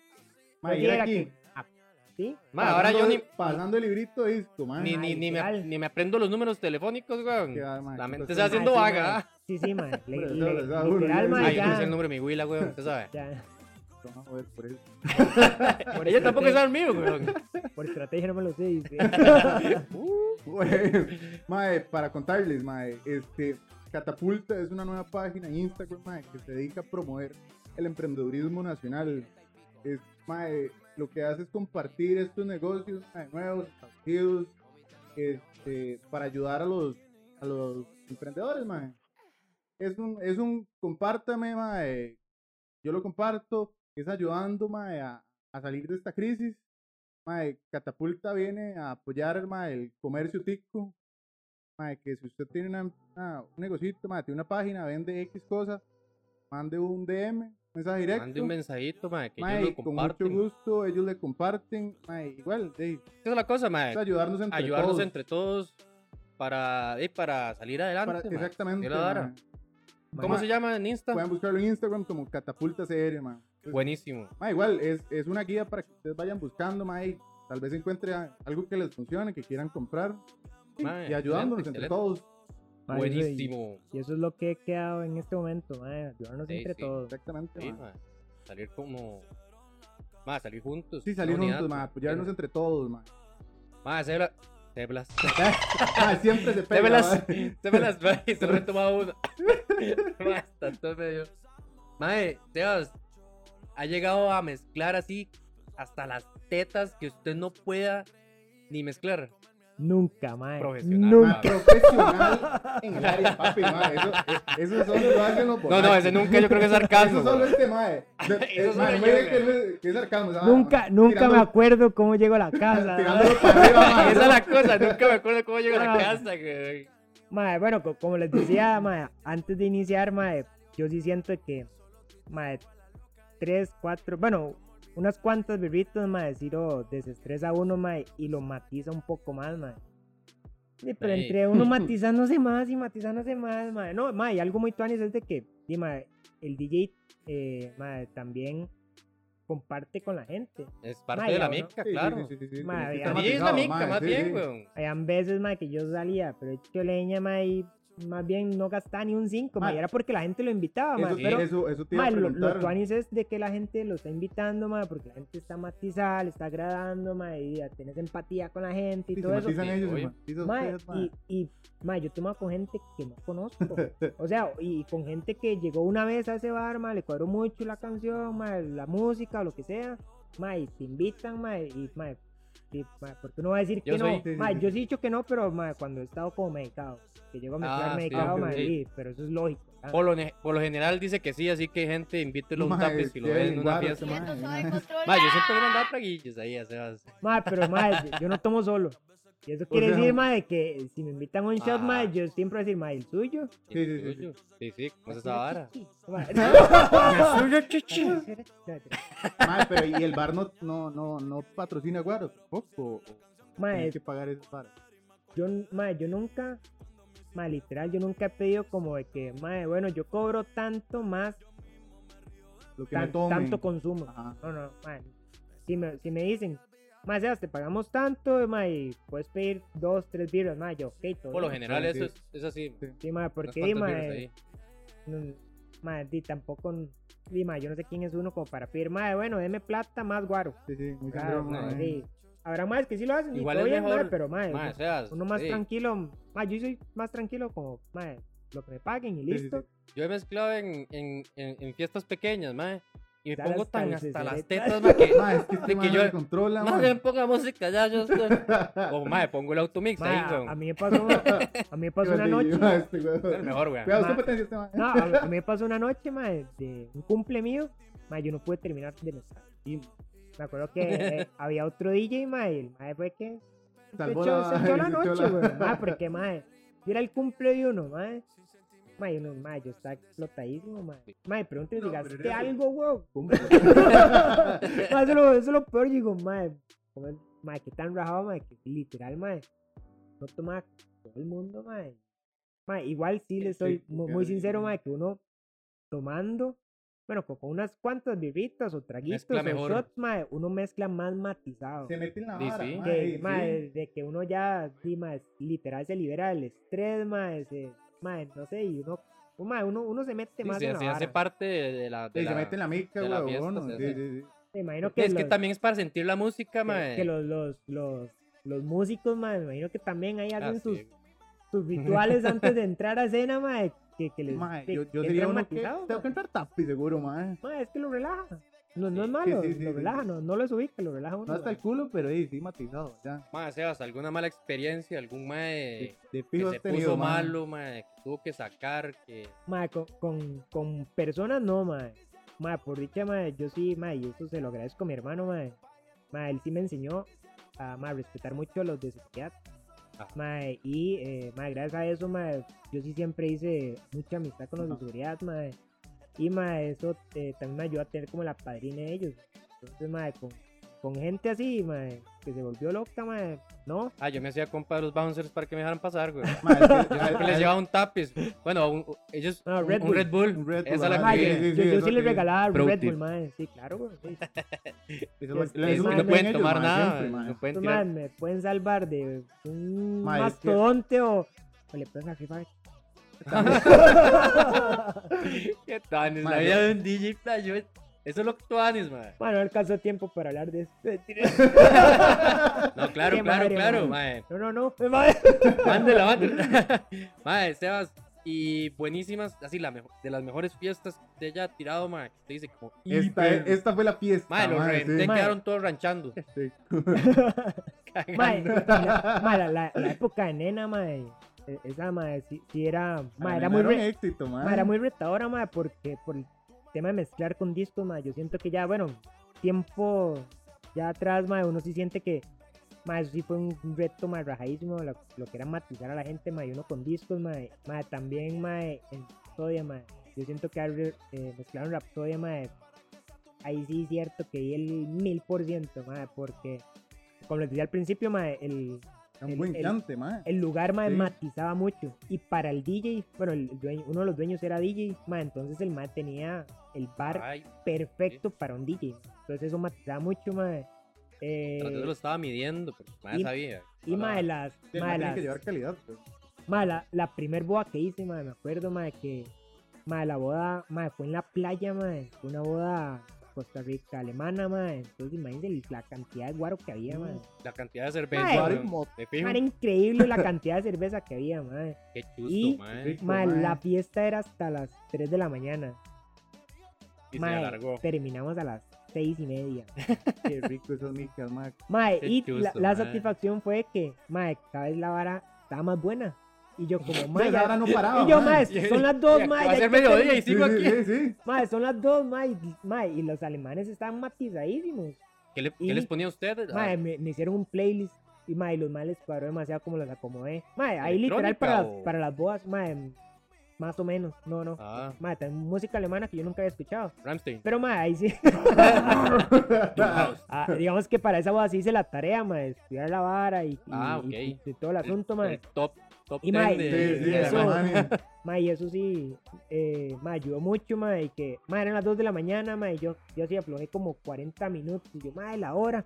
Speaker 3: Ma,
Speaker 4: Yo
Speaker 3: ir
Speaker 4: era
Speaker 3: aquí,
Speaker 4: que- ah, ¿Sí?
Speaker 2: Mae, ahora yo
Speaker 3: pasando-
Speaker 2: ni,
Speaker 3: Pasando el librito de disco, ma.
Speaker 2: ni,
Speaker 4: mae,
Speaker 2: ni, ni me,
Speaker 4: literal.
Speaker 2: ni me aprendo los números telefónicos, weón.
Speaker 3: Qué va, mae,
Speaker 2: La
Speaker 3: qué
Speaker 2: mente
Speaker 3: cuestión.
Speaker 2: se va haciendo
Speaker 4: Ah, sí,
Speaker 2: vaga.
Speaker 4: mae.
Speaker 2: ¿ah?
Speaker 4: Sí, sí, mae. Le-
Speaker 3: Hombre,
Speaker 4: le-
Speaker 3: eso, eso,
Speaker 4: literal,
Speaker 3: uno,
Speaker 4: mae,
Speaker 2: Ay, yo
Speaker 4: ya.
Speaker 2: no sé el número de mi huila, weón, usted sabe.
Speaker 4: Ya,
Speaker 3: No, joder, por eso.
Speaker 4: por
Speaker 2: Ella tampoco
Speaker 4: estrategia-
Speaker 2: sabe el mío, weón.
Speaker 4: Por estrategia no me lo sé. dice.
Speaker 3: Bueno, mae, Pues, eh, para contarles, mae, este, Catapulta es una nueva página en Instagram, mae, que se dedica a promover el emprendedurismo nacional. Es, mae, lo que hace es compartir estos negocios mae, nuevos, partidos, este, para ayudar a los, a los emprendedores, mae. Es un, es un, compártame, mae, yo lo comparto, es ayudando, mae, a- a salir de esta crisis. Mae, Catapulta viene a apoyar mae, el comercio tico. Mae, que si usted tiene una, una- un negocito, mae, tiene una página, vende X cosas, mande un DM, un mensaje directo.
Speaker 2: Mande un mensajito, mae, que
Speaker 3: mae,
Speaker 2: yo lo
Speaker 3: con
Speaker 2: comparto.
Speaker 3: mucho gusto, ellos le comparten. Mae, igual, de,
Speaker 2: Esa es la cosa, mae.
Speaker 3: es ayudarnos entre
Speaker 2: Ayudarnos
Speaker 3: todos.
Speaker 2: entre todos para, eh, para salir adelante,
Speaker 3: Para-
Speaker 2: mae.
Speaker 3: exactamente.
Speaker 2: Era vara.
Speaker 3: mae.
Speaker 2: ¿Cómo
Speaker 3: Ma-
Speaker 2: se llama en Insta?
Speaker 3: Pueden buscarlo en Instagram como Catapulta CR, mae. Entonces,
Speaker 2: Buenísimo.
Speaker 3: Ma, igual, es, es una guía para que ustedes vayan buscando, ma, y tal vez encuentre a- algo que les funcione, que quieran comprar. Y,
Speaker 2: Ma,
Speaker 3: y ayudándonos
Speaker 2: excelente,
Speaker 3: entre
Speaker 2: excelente.
Speaker 3: todos,
Speaker 4: Mae,
Speaker 2: Buenísimo.
Speaker 4: Y eso es lo que he quedado en este momento, mae. Ayudarnos
Speaker 2: Sí,
Speaker 4: entre
Speaker 2: sí.
Speaker 4: todos.
Speaker 3: exactamente.
Speaker 2: Sí,
Speaker 3: ma.
Speaker 2: mae. Salir como. Mae, salir juntos.
Speaker 3: Sí, salir
Speaker 2: una unidad,
Speaker 3: juntos, ma, pues apoyarnos entre todos, ma.
Speaker 2: Mae, se las. Se las.
Speaker 3: Ma, siempre se
Speaker 2: Se
Speaker 3: pega.
Speaker 2: las.
Speaker 3: ma.
Speaker 2: Se las. Mae, se retoma uno. Mae, está todo medio. Mae, Sebas, ha llegado a mezclar así hasta las tetas que usted no pueda ni mezclar.
Speaker 4: Nunca, mae.
Speaker 2: Profesional,
Speaker 3: Ma,
Speaker 4: Nunca.
Speaker 3: profesional en el área, papi, ma. Eso, eso, solo lo hacen los
Speaker 2: No, no, ese
Speaker 3: borrachos.
Speaker 2: nunca yo creo que es sarcasmo.
Speaker 3: Eso solo
Speaker 2: mae.
Speaker 3: este, ma. De- eh,
Speaker 2: solo
Speaker 3: ma,
Speaker 2: yo,
Speaker 3: no digan
Speaker 2: ma.
Speaker 3: que es- que es sarcasmo, esa vara,
Speaker 4: Nunca,
Speaker 3: ma.
Speaker 4: nunca me
Speaker 3: Tirando-
Speaker 4: acuerdo cómo llego a la casa.
Speaker 3: Tirándolo para arriba, ma.
Speaker 2: Esa es la cosa, nunca me acuerdo cómo llego a la
Speaker 4: Ah.
Speaker 2: casa, güey.
Speaker 4: Mae, bueno, co- como les decía, mae, antes de iniciar, mae, yo sí siento que, mae, tres, cuatro, bueno, unas cuantas birritas, mae, sí lo desestresa a uno, mae, y lo matiza un poco más, mae. Sí, pero
Speaker 2: Ahí.
Speaker 4: entre uno matizándose más y matizándose más, mae. No, mae, y algo muy tuanis es de que, sí, mae, el DJ, eh, mae, también comparte con la gente.
Speaker 2: Es parte
Speaker 4: Mae,
Speaker 2: de la
Speaker 4: ahora-
Speaker 2: mica,
Speaker 3: Sí, sí,
Speaker 2: claro.
Speaker 3: sí, sí, sí, sí,
Speaker 4: Ma,
Speaker 3: sí,
Speaker 4: ya.
Speaker 3: está
Speaker 2: Sí, es la
Speaker 3: matizado,
Speaker 2: mica,
Speaker 3: ma,
Speaker 2: más
Speaker 3: sí,
Speaker 2: bien,
Speaker 3: sí.
Speaker 2: weón.
Speaker 4: Habían veces, mae, que yo salía, pero hecho leña, mae, y más bien no gastaba ni un 5, mae,
Speaker 3: Mae.
Speaker 4: era porque la gente lo invitaba, mae,
Speaker 3: Eso,
Speaker 2: sí.
Speaker 4: pero,
Speaker 3: eso, eso te iba
Speaker 4: mae,
Speaker 3: a
Speaker 4: lo, lo
Speaker 3: preguntar.
Speaker 4: tuanis es de que la gente lo está invitando, mae, porque la gente está matizada, le está agradando, mae, y ya tienes empatía con la gente y
Speaker 3: Sí, se
Speaker 4: todo eso.
Speaker 3: matizan
Speaker 2: sí,
Speaker 3: ellos, se
Speaker 2: oye.
Speaker 3: matizan
Speaker 4: Mae,
Speaker 3: ustedes, ma.
Speaker 4: y, y mae, yo tomaba con gente que no conozco. O sea, y con gente que llegó una vez a ese bar, mae, le cuadró mucho la canción, mae, la música o lo que sea. Mae, y te invitan, mae, y mae, y, mae, porque uno va a decir
Speaker 2: Yo
Speaker 4: que
Speaker 2: soy-
Speaker 4: no.
Speaker 3: sí, sí,
Speaker 4: Mae,
Speaker 3: sí.
Speaker 4: yo sí he dicho que no, pero mae, cuando he estado como medicado, que llego a mezclar
Speaker 2: Ah, sí,
Speaker 4: medicado,
Speaker 3: ok,
Speaker 4: mae,
Speaker 2: ok.
Speaker 4: sí, pero eso es lógico. ¿verdad?
Speaker 2: Por lo, ne- por lo general dice que sí, así que gente, invítelo a un
Speaker 3: Ma,
Speaker 2: tapis si lo
Speaker 3: tiene
Speaker 2: ven en una
Speaker 3: lenguaje,
Speaker 2: fiesta.
Speaker 3: ma, ma.
Speaker 2: Ma, yo siempre voy a andar traguillos ahí, a Sebas.
Speaker 4: Mae, pero mae, yo- yo no tomo solo. Y eso quiere
Speaker 3: sea,
Speaker 4: decir, mae, que si me invitan a un shot, mae,
Speaker 2: Ah.
Speaker 4: yo siempre voy a decir, mae, el suyo.
Speaker 3: Sí, sí, sí,
Speaker 2: sí. Sí, sí, ¿cómo es Pues esa vara?
Speaker 4: Mae.
Speaker 3: Mae, pero y el bar no, no, no, no patrocina guaro tampoco. o
Speaker 4: Mae,
Speaker 3: tienen que pagar esos bares.
Speaker 4: yo, n- mae, yo nunca, mae, literal, yo nunca he pedido como de que, mae, bueno, yo cobro tanto más,
Speaker 3: Lo que me
Speaker 4: tan-
Speaker 3: tomen.
Speaker 4: tanto consumo.
Speaker 3: Ajá.
Speaker 4: No, no, mae. Si me, si me dicen, mae, Sebas, te pagamos tanto, mae, y puedes pedir dos, tres birras, mae, yo, ok, todo.
Speaker 2: Por lo
Speaker 4: bien.
Speaker 2: general
Speaker 3: Sí,
Speaker 2: eso
Speaker 3: sí.
Speaker 2: es, es así. ma.
Speaker 4: Sí, mae,
Speaker 2: Unas
Speaker 4: porque,
Speaker 2: cuantas birras
Speaker 4: mae,
Speaker 2: ahí.
Speaker 4: no- mae, di, tampoco, di, mae, yo no sé quién es uno como para pedir, mae, bueno, deme plata más guaro.
Speaker 3: Sí, sí, muy eh.
Speaker 4: Claro,
Speaker 3: sangrón,
Speaker 4: mae,
Speaker 3: mae.
Speaker 4: sí. Habrá más que sí lo hacen,
Speaker 2: Igual
Speaker 4: y todo
Speaker 2: es
Speaker 4: bien, mae,
Speaker 2: mejor,
Speaker 4: pero, mae,
Speaker 2: Ma,
Speaker 4: no-
Speaker 2: Sebas,
Speaker 4: uno más
Speaker 2: sí,
Speaker 4: tranquilo. ma, yo soy más tranquilo como, ma, lo que me paguen y
Speaker 3: Sí, sí,
Speaker 4: listo.
Speaker 3: sí.
Speaker 2: Yo he mezclado en, en, en, en fiestas pequeñas, ma, y me
Speaker 4: Ya
Speaker 2: pongo
Speaker 4: las
Speaker 2: tan hasta las
Speaker 4: calcesonetas.
Speaker 2: tetas, ma, que...
Speaker 3: Mae, es que este
Speaker 2: De
Speaker 3: mae
Speaker 2: que
Speaker 3: no
Speaker 2: yo-
Speaker 3: me
Speaker 2: Ma,
Speaker 3: controla, mae.
Speaker 2: que me ponga música, ya, yo estoy... O, ma, pongo el automix
Speaker 4: Ma,
Speaker 2: ahí,
Speaker 4: a, a
Speaker 2: weón.
Speaker 4: mí me pasó, a mí me pasó una
Speaker 3: Qué
Speaker 4: noche.
Speaker 3: bandido, mae, este weón.
Speaker 2: Es el mejor, weón.
Speaker 3: Cuidado, es
Speaker 4: Ma.
Speaker 3: competencia este mae.
Speaker 4: No, a, a mí me pasó una noche, ma, de un cumple mío. Ma, yo no pude terminar de mezclar. Y me acuerdo que eh, había otro DJ, ma, y el ma fue que
Speaker 3: Salvó
Speaker 4: se echó,
Speaker 3: la-
Speaker 4: se echó la
Speaker 3: se echó
Speaker 4: noche,
Speaker 3: la-
Speaker 4: weón. Ma, porque, ma, era el cumple de uno, ma. Ma, y uno, ma, yo estaba explotadísimo, ma. Ma, pregúntale si
Speaker 3: No, pero
Speaker 4: gasté
Speaker 3: era-
Speaker 4: algo, weón.
Speaker 3: ¿Cómo?
Speaker 4: Ma, eso, es lo, eso es lo peor, yo digo, madre, mae, que tan rajado, mae, que literal, mae, no toma todo el mundo, mae. Mae, igual sí le
Speaker 3: Sí,
Speaker 4: soy mu- muy,
Speaker 3: claro,
Speaker 4: sincero,
Speaker 3: sí.
Speaker 4: mae, que uno tomando, bueno, con con unas cuantas birritas o traguitos
Speaker 2: Mezcla
Speaker 4: o
Speaker 2: mejor.
Speaker 4: shots, mae, uno mezcla más matizado.
Speaker 3: Se mete en la
Speaker 2: Sí,
Speaker 3: vara,
Speaker 2: sí.
Speaker 3: mae,
Speaker 4: Que,
Speaker 3: sí.
Speaker 4: mae, de que uno ya, sí, mae, literal se libera del estrés, mae, se- mae, no sé, y uno, oh, mae, uno, uno se mete
Speaker 2: Sí,
Speaker 4: más
Speaker 2: se,
Speaker 4: en la
Speaker 2: se hace
Speaker 4: vara.
Speaker 2: parte de, de la. de
Speaker 3: Sí, se
Speaker 2: la-
Speaker 3: mete en la mica,
Speaker 2: de la fiesta,
Speaker 3: huevón.
Speaker 2: se
Speaker 3: sí,
Speaker 2: hace.
Speaker 3: sí, sí.
Speaker 4: Me imagino que
Speaker 2: Es que
Speaker 4: los-
Speaker 2: también es para sentir la música,
Speaker 4: que-
Speaker 2: mae.
Speaker 4: que los, los, los, los músicos, mae, me imagino que también ahí
Speaker 2: Ah,
Speaker 4: hacen sus,
Speaker 2: sí.
Speaker 4: sus rituales antes de entrar a cena, mae, que, que les
Speaker 3: Mae,
Speaker 4: que-
Speaker 3: yo, yo
Speaker 4: que
Speaker 3: diría
Speaker 4: entran
Speaker 3: uno que
Speaker 4: matizados,
Speaker 3: tengo que entrar tapi seguro, mae.
Speaker 4: mae. Mae, es que lo relaja. No, no es malo,
Speaker 3: sí, sí,
Speaker 4: lo
Speaker 3: sí.
Speaker 4: relaja, no, no lo ubica, lo relaja uno.
Speaker 3: No hasta
Speaker 4: mae.
Speaker 3: el culo, pero sí, sí matizado, ya.
Speaker 2: Mae, Sebas, ¿alguna mala experiencia? ¿Algún mae
Speaker 3: De,
Speaker 2: que
Speaker 3: de fijo
Speaker 2: se
Speaker 3: has tenido,
Speaker 2: puso
Speaker 3: mae.
Speaker 2: malo, mae? Que tuvo que sacar, que.
Speaker 4: Mae, con, con, con personas no, mae. Mae, por dicha, mae, yo sí, mae, y eso se lo agradezco a mi hermano, mae. Mae, él sí me enseñó a mae, respetar mucho a los de seguridad.
Speaker 2: Ah.
Speaker 4: Mae, y eh, mae, gracias a eso, mae, yo sí siempre hice mucha amistad con los de seguridad, mae. Y mae, eso eh, también me ayudó a tener como la padrina de ellos. Entonces, mae, con, con gente así, mae, que se volvió loca, mae, no,
Speaker 2: Ah, yo me hacía compa de los bouncers para que me dejaran pasar, güey.
Speaker 3: Mae, es que-
Speaker 2: Yo siempre les llevaba un tapiz. Bueno, un- ellos.
Speaker 4: Ah,
Speaker 2: un-
Speaker 4: Red
Speaker 2: un,
Speaker 4: Bull.
Speaker 2: Red Bull.
Speaker 3: Un Red
Speaker 2: Esa
Speaker 3: Bull,
Speaker 2: es la
Speaker 3: ajá,
Speaker 4: Mae,
Speaker 2: que.
Speaker 3: Ah, sí, sí,
Speaker 4: yo, yo
Speaker 3: eso
Speaker 4: sí les
Speaker 3: sí.
Speaker 4: regalaba un
Speaker 2: Pro
Speaker 4: Red Bull,
Speaker 2: tip.
Speaker 4: mae, sí, claro, güey. sí.
Speaker 3: eso lo-
Speaker 4: Es-
Speaker 3: lo-
Speaker 4: es
Speaker 3: eso lo
Speaker 4: que no
Speaker 3: tienen
Speaker 2: pueden
Speaker 3: ellos,
Speaker 2: tomar
Speaker 3: mae,
Speaker 2: nada,
Speaker 3: siempre, mae.
Speaker 2: no pueden
Speaker 4: Estos
Speaker 2: tirar.
Speaker 4: maes me pueden salvar de un
Speaker 3: Mae, es que-
Speaker 4: mastodonte o, o le pueden arribar.
Speaker 2: ¿Qué tanis? La
Speaker 3: Mae,
Speaker 2: vida de un DJ Playo. Eso es lo que tú haces, mae.
Speaker 4: Bueno, no alcanzó tiempo para hablar de este eso.
Speaker 2: No, claro,
Speaker 4: Qué
Speaker 2: claro,
Speaker 4: madre,
Speaker 2: claro, mae.
Speaker 4: mae. No, no, no. mae.
Speaker 2: Mándela, mándela. Mae, Sebas. Y buenísimas, así la mejo- de las mejores fiestas que te haya tirado, mae. Que te dice como.
Speaker 3: Esta,
Speaker 2: hiper-
Speaker 3: esta fue Este la fiesta.
Speaker 2: Mae, los
Speaker 3: mae, sí.
Speaker 2: reventé,
Speaker 4: Mae.
Speaker 2: quedaron todos ranchando.
Speaker 3: Sí.
Speaker 4: Mae, la, mae, la- la- la época de nena, mae. e- Esa, mae, sí, sí era, mae, era
Speaker 3: Era
Speaker 4: muy,
Speaker 3: un
Speaker 4: re-
Speaker 3: éxito, mae.
Speaker 4: mae, era muy retadora, mae, porque por el tema de mezclar con discos, mae, yo siento que ya, bueno, tiempo ya atrás, mae, uno sí siente que, mae, eso sí fue un reto, mae, rajadísimo, lo, lo que era matizar a la gente, mae, y uno con discos, mae, mae, también, mae, en Rapsodia, mae, yo siento que al re- eh, mezclaron Rapsodia, mae, ahí sí es cierto que di el mil por ciento, mae, porque, como les decía al principio, mae, el,
Speaker 3: Era un
Speaker 4: el-
Speaker 3: buen
Speaker 4: el-
Speaker 3: chante, mae.
Speaker 4: el lugar mae,
Speaker 3: Sí.
Speaker 4: matizaba mucho. Y para el DJ, bueno, el dueño- uno de los dueños era DJ, mae, entonces el mae tenía el bar
Speaker 3: Ah,
Speaker 2: Ay,
Speaker 4: perfecto para un DJ. Entonces eso matizaba mucho, mae. Eh,
Speaker 2: tras de eso lo estaba midiendo, pero mae
Speaker 4: y-
Speaker 2: sabía.
Speaker 4: y
Speaker 2: Hola.
Speaker 4: mae, las,
Speaker 3: Sí, mae, tiene
Speaker 4: mae, las-
Speaker 3: que llevar calidad, pues.
Speaker 4: mae, la, la primer boda que hice, mae, me acuerdo, mae, que mae, la boda mae, fue en la playa, mae, fue una boda Costa Rica alemana, mae. Entonces imagínense la cantidad de guaro que
Speaker 3: Mm.
Speaker 4: había, mae.
Speaker 2: La cantidad de cerveza.
Speaker 4: Mae.
Speaker 2: weón.
Speaker 3: Guarimo-
Speaker 2: Me fijo.
Speaker 4: Mae, Era increíble la cantidad de cerveza que había, mae.
Speaker 2: Qué
Speaker 4: Y-
Speaker 2: chusto, mae.
Speaker 3: rico,
Speaker 4: Mae,
Speaker 3: mae.
Speaker 4: la fiesta era hasta las 3 de la mañana.
Speaker 2: Y se
Speaker 4: Mae,
Speaker 2: alargó.
Speaker 4: terminamos a las 6 y media.
Speaker 3: Qué rico esas micas, mae.
Speaker 4: Mae,
Speaker 2: Qué
Speaker 4: y la,
Speaker 2: chuzo,
Speaker 4: la
Speaker 2: mae.
Speaker 4: satisfacción fue que, mae, cada vez la vara estaba más buena. Y yo como, mae,
Speaker 3: Mae,
Speaker 4: ya-
Speaker 3: ahora no paraba,
Speaker 4: y yo,
Speaker 3: mae.
Speaker 4: mae, es que son las dos,
Speaker 2: Ya, Va
Speaker 4: mae. ya
Speaker 2: a ser
Speaker 4: hay que
Speaker 2: mediodía y
Speaker 4: terminar.
Speaker 3: Sí,
Speaker 2: sigo
Speaker 3: sí,
Speaker 2: aquí.
Speaker 3: sí, sí.
Speaker 4: Mae, son las dos, mae, y- mae, y los alemanes estaban matizadísimos.
Speaker 2: ¿Qué, le-
Speaker 4: y-
Speaker 2: qué les ponía a ustedes? Ah,
Speaker 4: Mae, me, me hicieron un playlist y, mae, los males cuadró demasiado como los acomodé. Mae, ahí literal
Speaker 2: ¿Electrónica
Speaker 4: para,
Speaker 2: o?
Speaker 4: para las bodas, mae, más o menos, no, no.
Speaker 2: Ah,
Speaker 4: Mae, también música alemana que yo nunca había escuchado.
Speaker 2: Rammstein.
Speaker 4: Pero, mae, ahí sí. Ah, digamos que para esa boda sí hice la tarea, ma, de estudiar la vara y, y-
Speaker 2: Ah,
Speaker 4: y-
Speaker 2: ok.
Speaker 4: y- y todo el asunto, ma.
Speaker 2: El top, top
Speaker 4: Y,
Speaker 2: 10
Speaker 4: mae,
Speaker 2: de,
Speaker 3: Sí, sí,
Speaker 2: de
Speaker 4: eso-
Speaker 2: Alemania.
Speaker 3: mae.
Speaker 4: Ma, y eso sí, eh, me ayudó mucho, ma, y que, ma, eran las 2 de la mañana, ma, y yo, yo sí aflojé como 40 minutos, y yo, ma, la hora,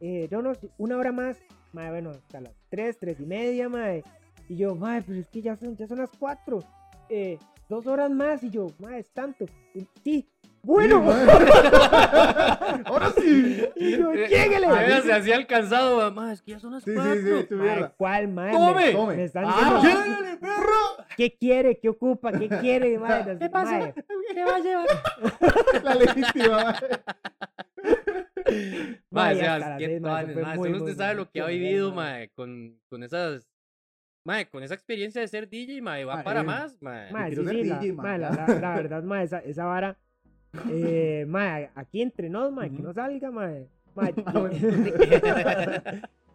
Speaker 4: eh, no, no, una hora más, ma, bueno, hasta las 3, 3 y media, ma, y yo, ma, pero es que ya son, ya son las 4, eh, dos horas más, y yo, ma, es tanto, y, sí, bueno,
Speaker 3: Sí, mae. Ahora sí.
Speaker 4: y yo,
Speaker 2: Eh,
Speaker 4: lléguele,
Speaker 2: a veces se hacía alcanzado, mae, mae, es que ya son las
Speaker 3: Sí,
Speaker 2: cuatro.
Speaker 3: sí, sí, tu
Speaker 4: Mae,
Speaker 3: mierda.
Speaker 4: ¿Cuál, ma?
Speaker 2: ¡Tome!
Speaker 3: Tome.
Speaker 4: Me están
Speaker 2: Ah,
Speaker 4: diciendo,
Speaker 3: ¡Llévele, perro!
Speaker 4: ¿qué quiere? ¿Qué ocupa? ¿Qué quiere? mae? Nos- mae,
Speaker 2: ¿Qué va a llevar?
Speaker 3: La legítima, mae.
Speaker 2: Mae,
Speaker 4: mae,
Speaker 2: Sebas,
Speaker 4: hasta las
Speaker 2: qué
Speaker 4: seis, mae,
Speaker 2: tuanes,
Speaker 4: se fue
Speaker 2: mae,
Speaker 4: muy,
Speaker 2: solo
Speaker 4: muy
Speaker 2: usted sabe lo que ha
Speaker 4: bonito,
Speaker 2: vivido,
Speaker 4: mae.
Speaker 2: mae, con, con esas... Mae, con esa experiencia de ser DJ, mae, va
Speaker 3: Mae,
Speaker 2: para
Speaker 3: eh.
Speaker 2: más, mae.
Speaker 4: Mae,
Speaker 3: quiero
Speaker 4: sí,
Speaker 3: ser
Speaker 4: sí, la,
Speaker 3: DJ,
Speaker 4: mae, la,
Speaker 3: mae.
Speaker 4: la- la verdad, mae, esa, esa vara. Eh, mae, aquí entre nos, mae, que no salga, mae. Mae, yo,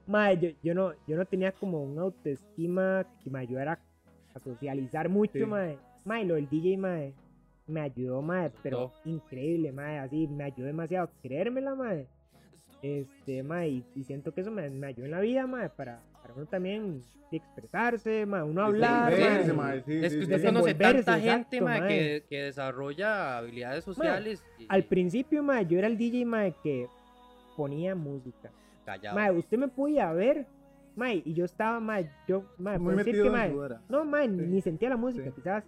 Speaker 4: mae, yo, yo no, yo no tenía como una autoestima que me ayudara a socializar mucho,
Speaker 3: Sí.
Speaker 4: mae. Mae, lo del DJ, mae, me ayudó, mae, pero
Speaker 2: Resultó.
Speaker 4: increíble, mae, así, me ayudó demasiado a creérmela, mae. Este, ma, y, y siento que eso me, me ayudó en la vida, ma, para, para uno también expresarse, ma, uno hablar.
Speaker 3: Desenvolverse,
Speaker 4: ma, y-
Speaker 3: mae, sí,
Speaker 2: es
Speaker 3: sí,
Speaker 2: que
Speaker 3: sí.
Speaker 2: usted conoce
Speaker 4: Desenvolverse,
Speaker 2: tanta gente
Speaker 4: exacto,
Speaker 2: mae,
Speaker 4: mae.
Speaker 2: que, que desarrolla habilidades sociales. y-
Speaker 4: Al principio, ma, yo era el DJ, ma, que ponía música.
Speaker 2: callado.
Speaker 4: Ma, usted me podía ver, ma, y yo estaba, ma, yo, ma,
Speaker 3: Muy
Speaker 4: puedo decir
Speaker 3: metido
Speaker 4: que,
Speaker 3: en
Speaker 4: ma,
Speaker 3: su era.
Speaker 4: no, ma, ni-
Speaker 3: Sí.
Speaker 4: ni sentía la música,
Speaker 3: Sí.
Speaker 4: quizás.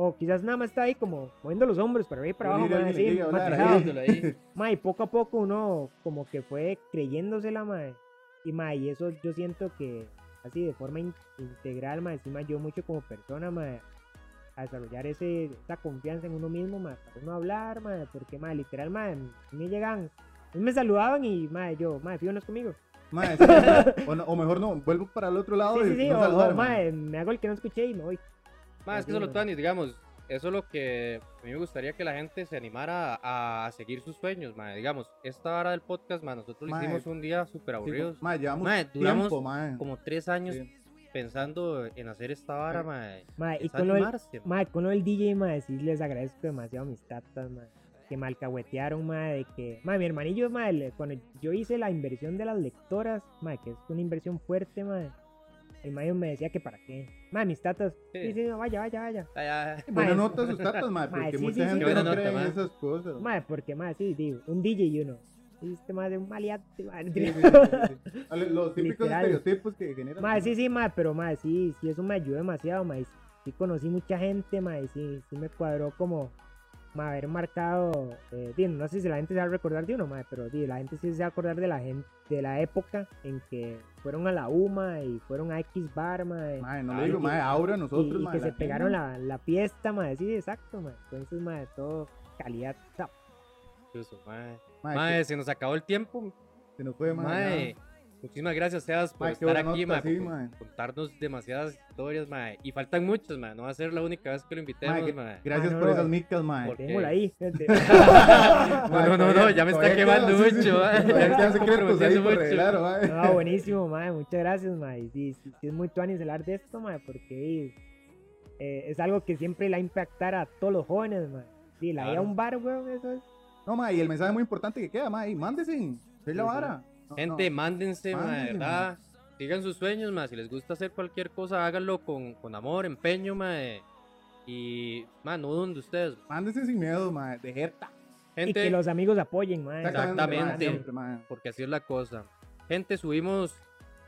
Speaker 4: O quizás nada más estaba ahí como moviendo los hombros para arriba y para
Speaker 3: Yo
Speaker 4: abajo,
Speaker 3: diría,
Speaker 4: ma,
Speaker 3: alguien le
Speaker 4: así,
Speaker 3: llega a hablar,
Speaker 4: matizado.
Speaker 3: ahí.
Speaker 2: Hablándolo ahí.
Speaker 4: Ma, y poco a poco uno como que fue creyéndosela, ma. Y ma, y eso yo siento que así de forma in- integral, ma, encima yo mucho como persona, ma, a desarrollar ese, esa confianza en uno mismo, ma, para uno hablar, ma, porque ma, literal, ma, me llegan, me saludaban y ma, yo, ma, fíjonos conmigo.
Speaker 3: Mae, sí, mae. o, no- o mejor no, vuelvo para el otro lado
Speaker 4: Sí,
Speaker 3: y
Speaker 4: sí, sí,
Speaker 3: no
Speaker 4: o-
Speaker 3: saludar,
Speaker 4: o,
Speaker 3: mae.
Speaker 4: ma, me hago el que no escuché y me voy.
Speaker 2: Más que
Speaker 4: Así,
Speaker 2: solo
Speaker 4: mae.
Speaker 2: Tuanis, digamos, eso es lo que a mí me gustaría que la gente se animara a, a seguir sus sueños, mae. Digamos, esta hora del podcast, mae, nosotros lo
Speaker 3: Mae.
Speaker 2: hicimos un día súper
Speaker 3: Sí,
Speaker 2: aburrido.
Speaker 3: mae, llevamos
Speaker 2: Mae, duramos
Speaker 3: tiempo, mae.
Speaker 2: como tres años
Speaker 3: Sí.
Speaker 2: pensando en hacer esta vara,
Speaker 3: Sí.
Speaker 2: mae.
Speaker 4: Ma, y
Speaker 2: Es
Speaker 4: con lo del-
Speaker 2: animarse, mae.
Speaker 4: Ma, con lo del DJ, ma, sí les agradezco demasiado a mis tatas, ma, que me alcahuetearon, ma, de que, ma, mi hermanillo, ma, le- cuando yo hice la inversión de las lectoras, ma, que es una inversión fuerte, ma, el mayo me decía que para qué, ma, mis tatas,
Speaker 2: Sí.
Speaker 4: sí, sí, vaya, vaya, vaya,
Speaker 2: Ay, ay, ay.
Speaker 3: Buena
Speaker 4: Mae,
Speaker 3: nota sus tatas, mae,
Speaker 4: Mae,
Speaker 3: porque
Speaker 4: sí, sí,
Speaker 3: mucha
Speaker 4: sí.
Speaker 3: gente
Speaker 2: Qué buena
Speaker 3: no cree
Speaker 2: nota,
Speaker 3: en
Speaker 2: mae.
Speaker 3: esas cosas.
Speaker 4: ma, porque, ma, sí, digo, un DJ y uno, y este, ma, de un maleante, ma,
Speaker 3: Sí, sí, sí, sí, sí. Ale- Los típicos
Speaker 4: Literal.
Speaker 3: estereotipos que generan.
Speaker 4: Ma, sí, sí, ma, pero ma, sí, sí, eso me ayudó demasiado, ma. y Sí conocí mucha gente, ma, y sí, sí me cuadró como ma, haber marcado, eh, di, no sé si la gente se va a recordar de uno, ma, pero di, la gente sí se va a acordar de la gente, de la época en que fueron a la UMA y fueron a X Bar, ma, y-
Speaker 3: Mae, no
Speaker 2: Claro
Speaker 3: le digo,
Speaker 4: que-
Speaker 3: mae, ahora
Speaker 4: y,
Speaker 3: nosotros,
Speaker 4: y
Speaker 3: mae,
Speaker 4: que se
Speaker 3: gente-
Speaker 4: pegaron la, la fiesta, ma, sí, exacto, ma. Entonces, ma, todo calidad, top.
Speaker 2: Eso, mae.
Speaker 3: Mae,
Speaker 2: Mae, se nos acabó el tiempo.
Speaker 3: que se nos fue, mae.
Speaker 2: Mae, muchísimas gracias, Sebas, por
Speaker 3: Mae, qué
Speaker 2: estar
Speaker 3: buena
Speaker 2: aquí,
Speaker 3: nota,
Speaker 2: mae,
Speaker 3: sí,
Speaker 2: por
Speaker 3: mae.
Speaker 2: contarnos demasiadas historias, mae. Y faltan muchas, mae. No va a ser la única vez que lo
Speaker 3: ya. Mae,
Speaker 2: invitemos,
Speaker 3: que-
Speaker 2: mae.
Speaker 3: Gracias
Speaker 4: Ah, no,
Speaker 3: por
Speaker 4: no,
Speaker 3: esas
Speaker 4: eh.
Speaker 3: micas, mae.
Speaker 2: Por- qué?
Speaker 4: Dejémosla ahí.
Speaker 3: Mae,
Speaker 2: No, no, no,
Speaker 3: todavía-
Speaker 2: ya me está
Speaker 3: todavía quedan-
Speaker 2: quemando
Speaker 3: sí, sí,
Speaker 2: mucho, mae. Ya
Speaker 3: todavía
Speaker 2: me
Speaker 3: quedan
Speaker 2: está
Speaker 3: secretos ahí por
Speaker 2: comprometiendo
Speaker 3: revelar, mae.
Speaker 4: No, buenísimo, mae, muchas gracias, mae. Sí, sí, sí es muy tuanis hablar de esto, mae, porque eh, es algo que siempre le va a impactar a todos los jóvenes, mae. Sí, la idea a
Speaker 2: Claro.
Speaker 4: un bar, weón, eso es.
Speaker 3: No, mae, y el mensaje muy importante que queda, mae, y mándesen. Soy la
Speaker 4: Sí, sí.
Speaker 3: vara. No,
Speaker 2: Gente,
Speaker 3: no.
Speaker 2: mándense, ma, de
Speaker 3: Mándense,
Speaker 2: verdad. Sigan sus sueños, ma. Si les gusta hacer cualquier cosa, háganlo con, con amor, empeño, ma. eh. Y, ma, no duden de ustedes.
Speaker 3: Mándense sin miedo, mae, de jerta.
Speaker 4: Y
Speaker 2: Gente,
Speaker 4: que los amigos apoyen, mae.
Speaker 2: Exactamente.
Speaker 3: mae, siempre, mae.
Speaker 2: porque así es la cosa. Gente, subimos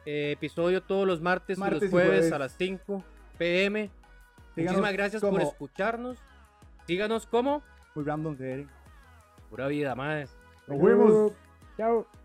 Speaker 2: eh, episodio todos los martes, y
Speaker 3: Martes y
Speaker 2: los jueves,
Speaker 3: jueves.
Speaker 2: a las 5 pm.
Speaker 3: Síganos
Speaker 2: Muchísimas gracias por
Speaker 3: como-
Speaker 2: escucharnos. Síganos como
Speaker 3: Muy random, serie.
Speaker 2: pura vida, más.
Speaker 3: Nos vemos.
Speaker 4: Chao.